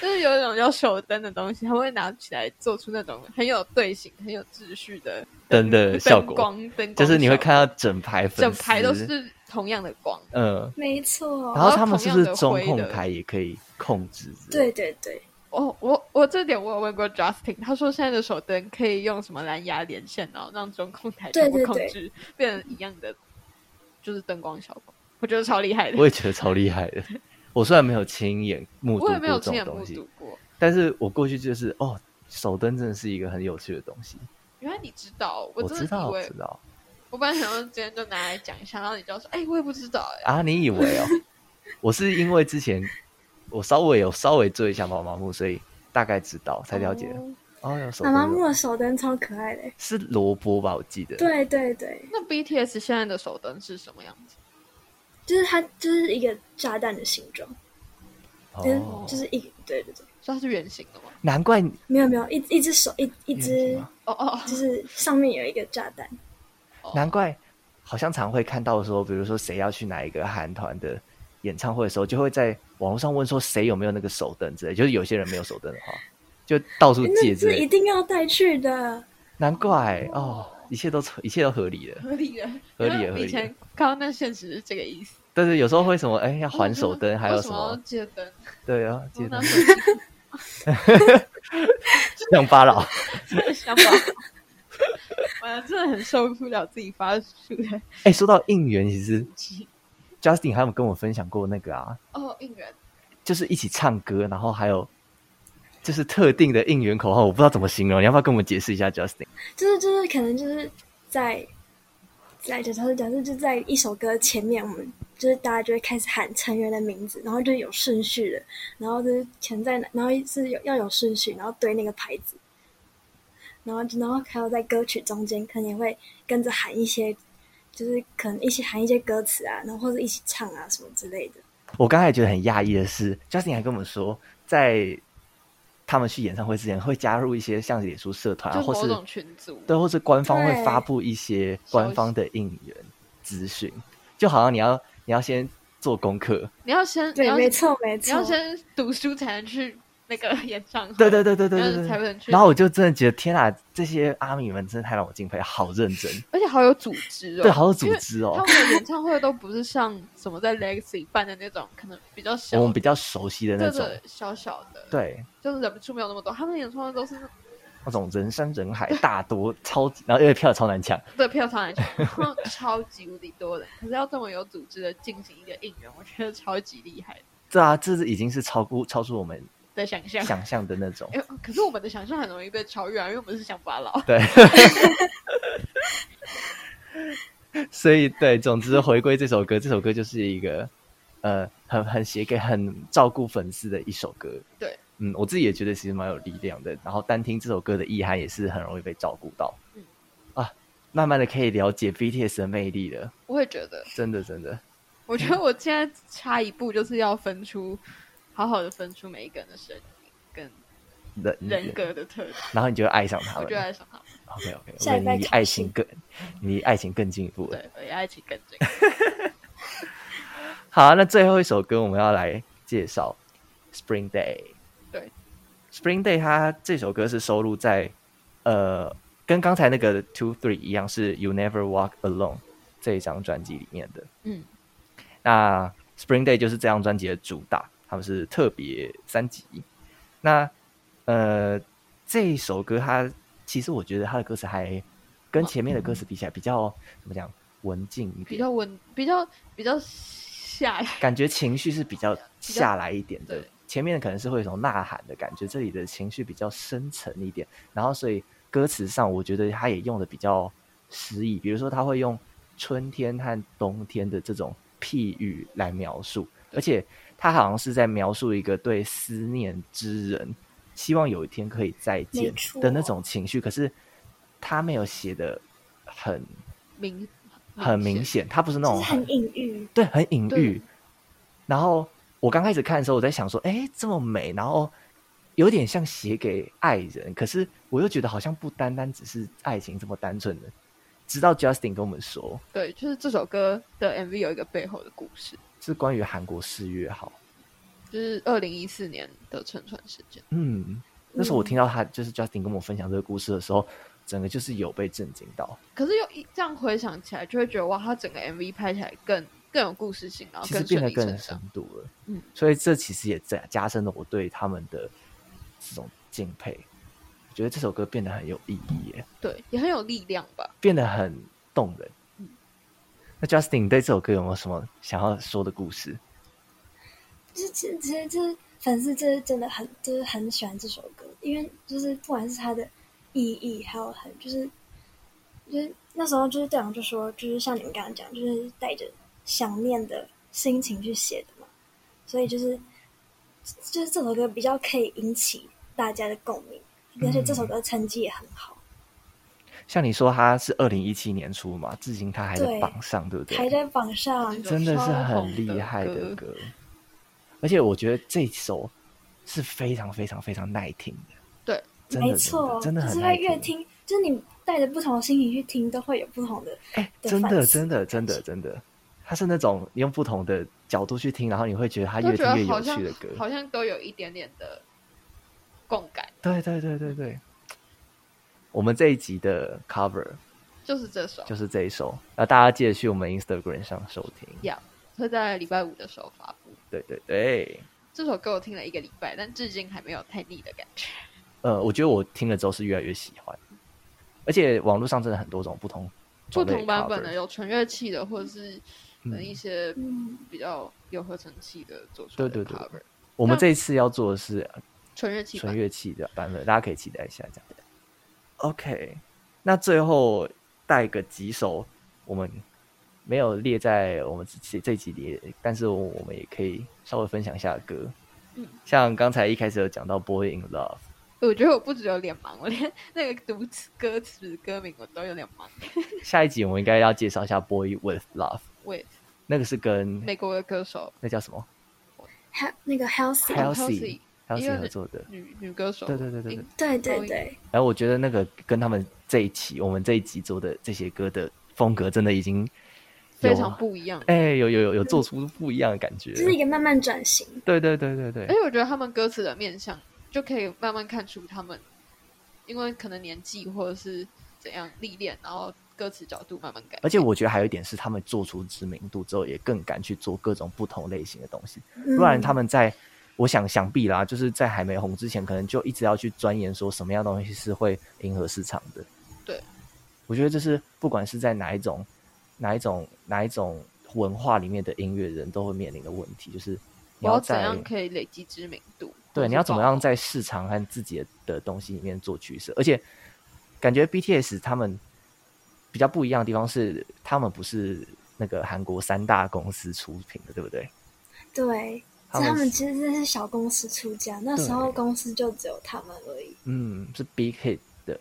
S4: 就是有一种叫手灯的东西，它会拿起来做出那种很有队形、很有秩序的
S2: 灯的效
S4: 灯
S2: 果
S4: 光灯光
S2: 就是你会
S4: 效果
S2: 看到整排粉
S4: 整
S2: 丝，
S4: 排都是同样的光。
S2: 嗯，
S1: 没错
S2: 然，后他们是不是
S4: 然后同
S2: 中
S4: 样的
S2: 控
S4: 灰的
S2: 台也可以控制？，
S1: 对对对，
S4: 哦，我我这点我有问过 Justin，他说现在的手灯可以用什么蓝牙连线，然后让中控台
S1: 对
S4: 全部
S1: 对
S4: 控
S1: 对
S4: 制，变成一样的，就是灯光效果，我觉得超厉害的。
S2: 我也觉得超厉害的。我虽然没有亲眼目睹
S4: 我
S2: 过
S4: 也没有
S2: 这
S4: 亲
S2: 种
S4: 眼目
S2: 东西
S4: 睹，过，
S2: 但是我过去就是哦，手灯真的是一个很有趣的东西。
S4: 原来你知道，
S2: 我
S4: 真
S2: 知
S4: 的
S2: 道，
S4: 以
S2: 我
S4: 为
S2: 知道
S4: 我本来想说今天就拿来讲一下，然后你就说，哎、我也不知道呀、
S2: 啊，你以为 哦？我是因为之前我稍微有稍微追一下毛毛木，所以大概知道才了解。
S4: 哦
S2: 哦，有手
S1: 妈妈
S2: 灯
S1: 木
S2: 有
S1: 的手灯超可爱的。
S2: 是萝卜吧？我记得。
S1: 对对对，
S4: 那 BTS 现在的手灯是什么样子？
S1: 就是它就是一个炸弹的形状，就是
S2: 哦，
S1: 就是一对对对，
S4: 所以它是圆形的吗？
S2: 难怪你
S1: 没有没有，一一只手一一
S2: 原型
S1: 只
S2: 吗
S4: 哦哦，
S1: 就是上面有一个炸弹。
S4: 哦
S2: 难怪，好像常会看到说，比如说谁要去哪一个韩团的演唱会的时候，就会在网络上问说谁有没有那个手灯之类，就是有些人没有 手灯的话，就到处
S1: 诶
S2: 借
S1: 那
S2: 之
S1: 是一
S2: 类。
S1: 定要带去的，
S2: 难怪哦，一切都一切都合理的。
S4: 合理的，
S2: 合理的
S4: 因为
S2: 合理的
S4: 以前刚刚那现实是这个意思。
S2: 但是有时候会什么，哎，要还手灯，还有
S4: 为
S2: 什
S4: 什么要
S2: 么？
S4: 借灯？
S2: 对啊，记
S4: 我
S2: 得
S4: 那时候
S2: 乡巴 佬，
S4: 真的想法，我真的很受不了自己发出的
S2: 哎，说到应援，其 实
S4: 气。
S2: Justin 还有跟我分享过那个啊，
S4: 哦，应援，
S2: 就是一起唱歌，然后还有就是特定的应援口号，我不知道怎么形容，你要不要跟我们解释一下，Justin？
S1: 就是就是可能就是在在讲是讲是就在一首歌前面，我们就是大家就会开始喊成员的名字，然后就有顺序的，然后就是前在哪，然后是有要有顺序，然后对那个牌子，然后然后还有在歌曲中间可能也会跟着喊一些，就是可能一起喊一些歌词啊，然后或者一起唱啊什么之类的。
S2: 我刚才觉得很讶异的是，Justin 还跟我们说，在他们去演唱会之前会加入一些像脸书社团啊，
S4: 就
S2: 或
S4: 某
S2: 是
S4: 种群组。
S2: 对，或是官方会发
S1: 对
S2: 布一些官方的应援资讯，就好像你要你要先做功课，
S4: 你要先，你
S1: 对，
S4: 要
S1: 没错没
S4: 你
S1: 错
S4: 要。先读书才能去那个演唱会。
S2: 对对对对对
S4: 然后
S2: 对
S4: 才
S2: 对。
S4: 会去。
S2: 然后我就真的觉得天啊，这些阿米们真的太让我敬佩，好认真，
S4: 而且好有组织哦，
S2: 对，好有组
S4: 因为
S2: 织
S4: 他
S2: 哦。
S4: 们的演唱会都不是像什么在 Legacy 办的那种，可能比较小，
S2: 我们比较熟悉的那
S4: 对
S2: 种，
S4: 对小小的，，
S2: 对，
S4: 就是人数没有那么多。他们演唱会都是
S2: 那种人山人海，大多超级，然后因为票超难抢，
S4: 对票仓来 讲，然后超级无敌多的，可是要这么有组织的进行一个应援，我觉得超级厉害
S2: 对啊，这是已经是超过超出我们
S4: 的想象。
S2: 想象的 那种，
S4: 哎，可是我们的想象很容易被超越啊，因为我们是乡巴佬。
S2: 对。 所以对，总之回归这首歌，这首歌就是一个呃，很很写给很照顾粉丝的一首歌。
S4: 对，
S2: 嗯，我自己也觉得其实蛮有力量的。然后单听这首歌的意涵也是很容易被照顾到。
S4: 嗯
S2: 啊，慢慢的可以了解 BTS 的魅力了，
S4: 我也觉得，
S2: 真的真的。
S4: 我觉得我现在差一步就是要分出，好好的分出每一个人的声音跟
S2: 人
S4: 人格的特质，
S2: 然后你就会爱上他
S4: 我
S2: 们
S4: 就。爱上他们。
S2: OK OK，
S1: 下
S2: 所
S1: 一拜
S2: 以你
S1: 考
S2: 爱
S1: 试
S2: 情更，你爱情更进一步了。
S4: 对，我也爱情跟这个。
S2: 好，那最后一首歌我们要来介绍《Spring Day》。
S4: 对，
S2: 《Spring Day》它这首歌是收录在呃，跟刚才那个《Two Three》一样，是《You Never Walk Alone》这一张专辑里面的。
S4: 嗯，
S2: 那《Spring Day》就是这张专辑的主打，他们是特别三级。那呃，这一首歌它其实我觉得它的歌词还跟前面的歌词比起来比较怎么讲文静一点，
S4: 比较稳，比较比较下来。
S2: 感觉情绪是比较下来一点的
S4: 对，
S2: 前面可能是会有一种呐喊的感觉，这里的情绪比较深沉一点，然后所以歌词上我觉得他也用的比较诗意，比如说他会用春天和冬天的这种譬喻来描述，而且他好像是在描述一个对思念之人，希望有一天可以再见
S1: 没错
S2: 的那种情绪，可是他没有写的很
S4: 明
S2: 很明，显，他不是那
S1: 就是
S2: 种
S1: 很隐喻，
S2: 对，很隐
S4: 对
S2: 喻。然后我刚开始看的时候，我在想说，哎，这么美，然后有点像写给爱人，可是我又觉得好像不单单只是爱情这么单纯的。直到 Justin 跟我们说，
S4: 对，就是这首歌的 MV 有一个背后的故事，
S2: 是关于韩国四月号。
S4: 就是二零一四年的沉船事件。
S2: 嗯，那时候我听到他就是 Justin 跟我分享这个故事的时候，整个就是有被震惊到。
S4: 可是又一这样回想起来，就会觉得哇，它整个 MV 拍起来更更有故事性，然后
S2: 其实
S4: 哦更
S2: 变
S4: 顺理成
S2: 得更
S4: 章
S2: 深。度了。
S4: 嗯，
S2: 所以这其实也加加深了我对他们的这种敬佩。我觉得这首歌变得很有意义耶，
S4: 对，也很有力量吧。
S2: 变得很动人。
S4: 嗯
S2: 那 Justin 你对这首歌有没有什么想要说的故事？
S1: 就是其实其实就是粉丝就是真的很就是很喜欢这首歌，因为就是不管是它的意义，还有很就是就是那时候就是队长就说，就是像你们刚刚讲，就是带着想念的心情去写的嘛，所以就是就是这首歌比较可以引起大家的共鸣，而且这首
S2: 嗯
S1: 歌成绩也很好，
S2: 像你说，它是二零一七年出嘛，至今它还在
S1: 对
S2: 榜上，对不对？
S1: 排在榜上。
S2: 真的是
S4: 超
S2: 很
S4: 红
S2: 厉
S4: 的
S2: 害的
S4: 歌
S2: 歌，而且我觉得这首是非常非常非常耐听的。
S4: 对，
S2: 真的
S1: 没错，
S2: 真的真的
S1: 就
S2: 很
S1: 是
S2: 耐
S1: 会越听，就是你带着不同的心情去听，都会有不同的
S2: 哎，
S1: 的
S2: 真的，
S1: 反思
S2: 真的，真的，真的，它是那种你用不同的角度去听，然后你会觉得它
S4: 都
S2: 越
S4: 觉
S2: 听
S4: 得
S2: 越有
S4: 好像
S2: 趣的歌。
S4: 好像都有一点点的共感。
S2: 对对对对对，我们这一集的 cover
S4: 就是这首，
S2: 就是这一首。那大家记得去我们 Instagram 上收听。
S4: 呀，会在礼拜五的时候发布。
S2: 对对对，
S4: 这首歌我听了一个礼拜，但至今还没有太腻的感觉。
S2: 呃，我觉得我听了之后是越来越喜欢，而且网络上真的很多种不同
S4: 不
S2: 种类
S4: 同版本的
S2: cover
S4: 有纯乐器的，或者是可能
S2: 嗯
S4: 一些
S1: 嗯，
S4: 比较有合成器的做出来
S2: 对
S4: 的 cover，
S2: 对对我们这一次要做的是
S4: 纯乐器版
S2: 纯乐器的版本，大家可以期待一下这样。OK，那最后带个几首我们没有列在我们这这集里，但是我们也可以稍微分享一下的歌。
S4: 嗯
S2: 像刚才一开始有讲到《Boy in Love》，
S4: 我觉得我不只有脸盲，我连那个读词歌词歌名我都有点盲。
S2: 下一集我们应该要介绍一下《Boy with Love》，
S4: 喂，
S2: 那个是跟
S4: 美国的歌手
S2: 那叫什么
S1: 还那个 healthy，
S4: Hel-
S2: Halsey
S4: Halsey，
S2: Halsey 合作的。
S4: 女女歌手，
S2: 对对对对对
S4: 英
S1: 对对对，
S2: 然后我觉得那个跟他们这一期我们这一集做的这些歌的风格，真的已经有
S4: 非常不一样。
S2: 哎、有有有有做出不一样的感觉。
S1: 就是一个慢慢转型。
S2: 对对对对对
S4: 而，且我觉得他们歌词的面向，就可以慢慢看出他们，因为可能年纪或者是怎样历练，然后歌词角度慢慢改。
S2: 而且我觉得还有一点是，他们做出知名度之后，也更敢去做各种不同类型的东西。
S1: 不
S2: 不
S4: 嗯
S2: 然他们在，我想想必啦，就是在还没红之前，可能就一直要去钻研说什么样的东西是会迎合市场的。
S4: 对，
S2: 我觉得这是不管是在哪一种、哪一种、哪一种文化里面的音乐人都会面临的问题，就是你
S4: 我要怎
S2: 在
S4: 样可以累积知名度？
S2: 对，你要怎么
S4: 或是爆
S2: 样在市场和自己的的东西里面做取舍？而且感觉 BTS 他们比较不一样的地方是，他们不是那个韩国三大公司出品的，对不对？
S1: 对，
S2: 他
S1: 就
S2: 们
S1: 他们其实真是小公司出家，那时候
S2: 对
S1: 公司就只有他们而已。
S2: 嗯，是 Big Hit 的，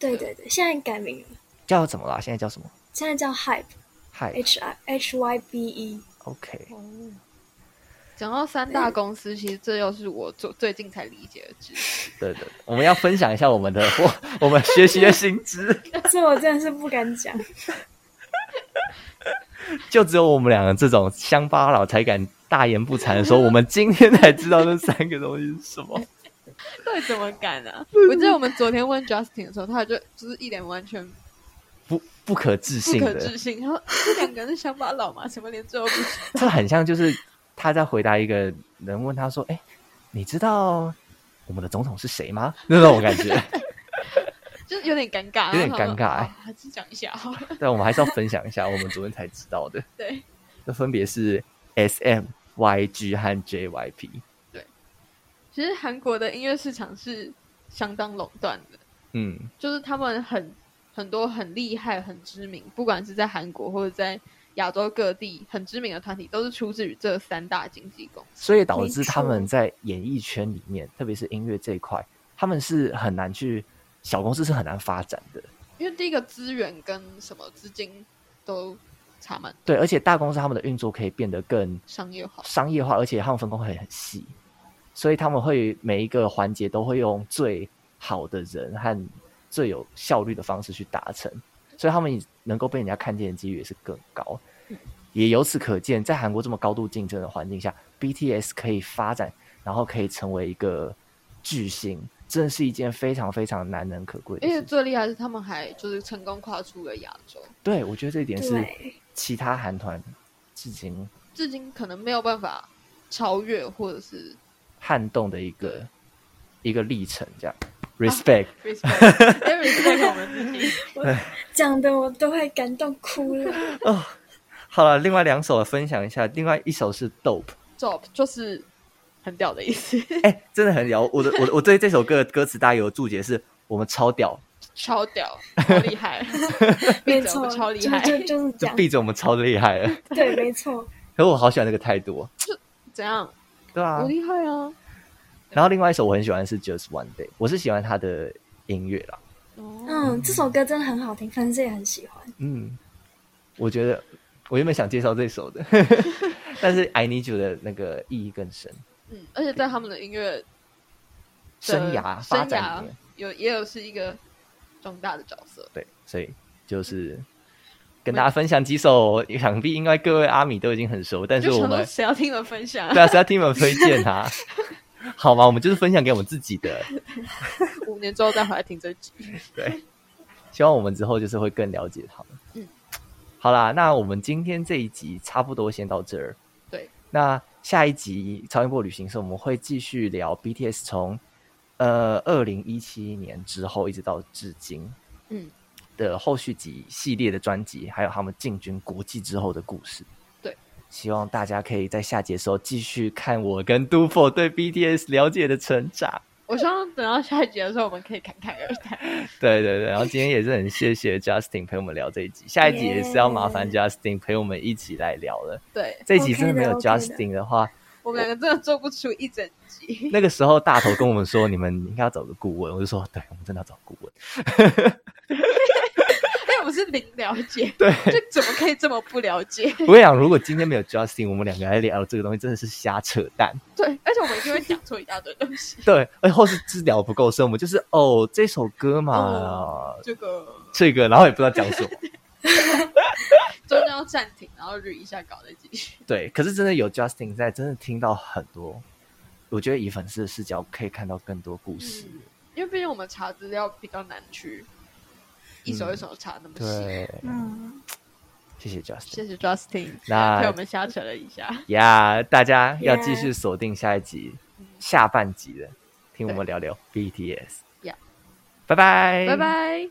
S1: 对对对，现在改名了，
S2: 叫什么啦？现在叫什么
S1: 现在叫
S2: ？Hi，OK，、
S1: Hype，H I H Y B E。
S2: OK
S4: 哎哦，讲到三大公司，其实这又是我最最近才理解的知识。
S2: 对对，我们要分享一下我们的 我我们学习的心知，
S1: 这我真的是不敢讲，
S2: 就只有我们两个这种乡巴佬才敢大言不惭的说，我们今天才知道那三个东西是什么。
S4: 哎到底怎么敢啊？我记得我们昨天问 Justin 的时候，他就就是一脸完全
S2: 不不可置
S4: 不
S2: 信
S4: 可
S2: 的，
S4: 置 信，然后这两个人是乡巴佬嘛，什么连这都不知道。
S2: 这很像就是他在回答一个人问他说：“哎、你知道我们的总统是谁吗？”那种 感觉。
S4: 就是有点尴尬，
S2: 有点
S4: 然后他们
S2: 尴尬
S4: 啊
S2: 哎
S4: 还是讲一下好了。
S2: 但我们还是要分享一下我们昨天才知道的，
S4: 对，
S2: 这分别是 S M Y G 和 J Y P。
S4: 其实韩国的音乐市场是相当垄断的，
S2: 嗯，
S4: 就是他们很很多很厉害、很知名，不管是在韩国或者在亚洲各地很知名的团体，都是出自于这三大经纪公司。
S2: 所以导致
S1: 没错
S2: 他们在演艺圈里面，特别是音乐这一块，他们是很难去小公司是很难发展的。
S4: 因为第一个资源跟什么资金都差蛮
S2: 对，而且大公司他们的运作可以变得更
S4: 商业化，
S2: 商业化，而且他们分工会很细，所以他们会每一个环节都会用最好的人和最有效率的方式去达成，所以他们能够被人家看见的几率也是更高。也由此可见，在韩国这么高度竞争的环境下，BTS 可以发展，然后可以成为一个巨星，真的是一件非常非常难能可贵
S4: 而
S2: 的
S4: 且
S2: 事情。
S4: 最厉害是他们还就是成功跨出了亚洲，
S2: 对，我觉得这一点是
S1: 对，
S2: 其他韩团至今
S4: 至今可能没有办法超越或者是
S2: 撼动的一个一个历程，这样 respect。
S4: respect，因为 respect 我们自己。
S1: 讲的我都会感动哭 了。
S2: 好了，另外两首分享一下，另外一首是《Dope
S4: dope 就是很屌的意思，》，
S2: 哎、真的很屌。我的我的我对这首歌的歌词大家有注解是，我们超屌，
S4: 超 屌，超厉害，
S1: 没
S4: 闭嘴我
S1: 错，
S4: 们超厉
S1: 就
S4: 害，
S1: 就就是这
S2: 就
S1: 样，
S2: 闭着我们超厉害了。
S1: 对，没错，
S2: 可是我好喜欢这个态度哦，
S4: 怎样？
S2: 对啊
S4: 我。厉害啊！
S2: 然后另外一首我很喜欢是《Just One Day》，我是喜欢他的音乐啦。
S4: 哦，
S1: 嗯，这首歌真的很好听，粉丝也很喜欢。
S2: 嗯，我觉得我原本想介绍这首的，但是《I Need You》的那个意义更深，
S4: 嗯，而且在他们的音乐的
S2: 生涯发
S4: 生
S2: 展里
S4: 涯
S2: 面，
S4: 有也有是一个重大的角色。
S2: 对，所以就是。跟大家分享几首，想必应该各位阿米都已经很熟，但是
S4: 就
S2: 我
S4: 想
S2: 们
S4: 说谁要听我分享啊？
S2: 对啊，谁要听你们推荐啊？ 好吧，我们就是分享给我们自己的。
S4: 五年之后再回来听这集。
S2: 对，希望我们之后就是会更了解他们。
S4: 嗯，
S2: 好啦，那我们今天这一集差不多先到这儿。
S4: 对，
S2: 那下一集超音波旅行社我们会继续聊 BTS 从呃二零一七年之后一直到至今，
S4: 嗯，
S2: 的后续几系列的专辑，还有他们进军国际之后的故事。
S4: 对，
S2: 希望大家可以在下节的时候继续看我跟 Dufo 对 BTS 了解的成长。
S4: 我希望等到下一集的时候，我们可以侃侃而谈。
S2: 对对对，然后今天也是很谢谢 Justin 陪我们聊这一集，下一集也是要麻烦 Justin 陪我们一起来聊了。
S4: 对
S2: 这一集真的没有
S1: OK 的，OK 的
S2: Justin 的话，
S4: 我们两个真的做不出一整集，
S2: 那个时候大头跟我们说你们应该要找个顾问，我就说对，我们真的要找顾问。
S4: 因为我们是零了解，
S2: 对，
S4: 就怎么可以这么不了解？
S2: 我跟你讲，如果今天没有 Justin，我们两个来聊这个东西真的是瞎扯淡。
S4: 对，而且我们一定会讲错一大堆东西。
S2: 对，而后是治疗不够深，我们就是哦这首歌嘛，
S4: 哦这个
S2: 这个然后也不知道讲什么。
S4: 中间要暂停，然后捋一下稿再继续。
S2: 对，可是真的有 Justin 在，真的听到很多。我觉得以粉丝的视角可以看到更多故事。
S4: 嗯，因为毕竟我们查资料比较难去一首一首查那么细。
S2: 嗯对，
S1: 嗯，
S2: 谢谢 Justin。
S4: 谢谢 Justin，
S2: 那
S4: 陪我们瞎扯了一下。
S2: 呀大家要继
S1: Yeah
S2: 续锁定下一集下半集的，听我
S4: 对
S2: 们聊聊 BTS。
S4: Yeah
S2: 拜拜，
S4: 拜。拜。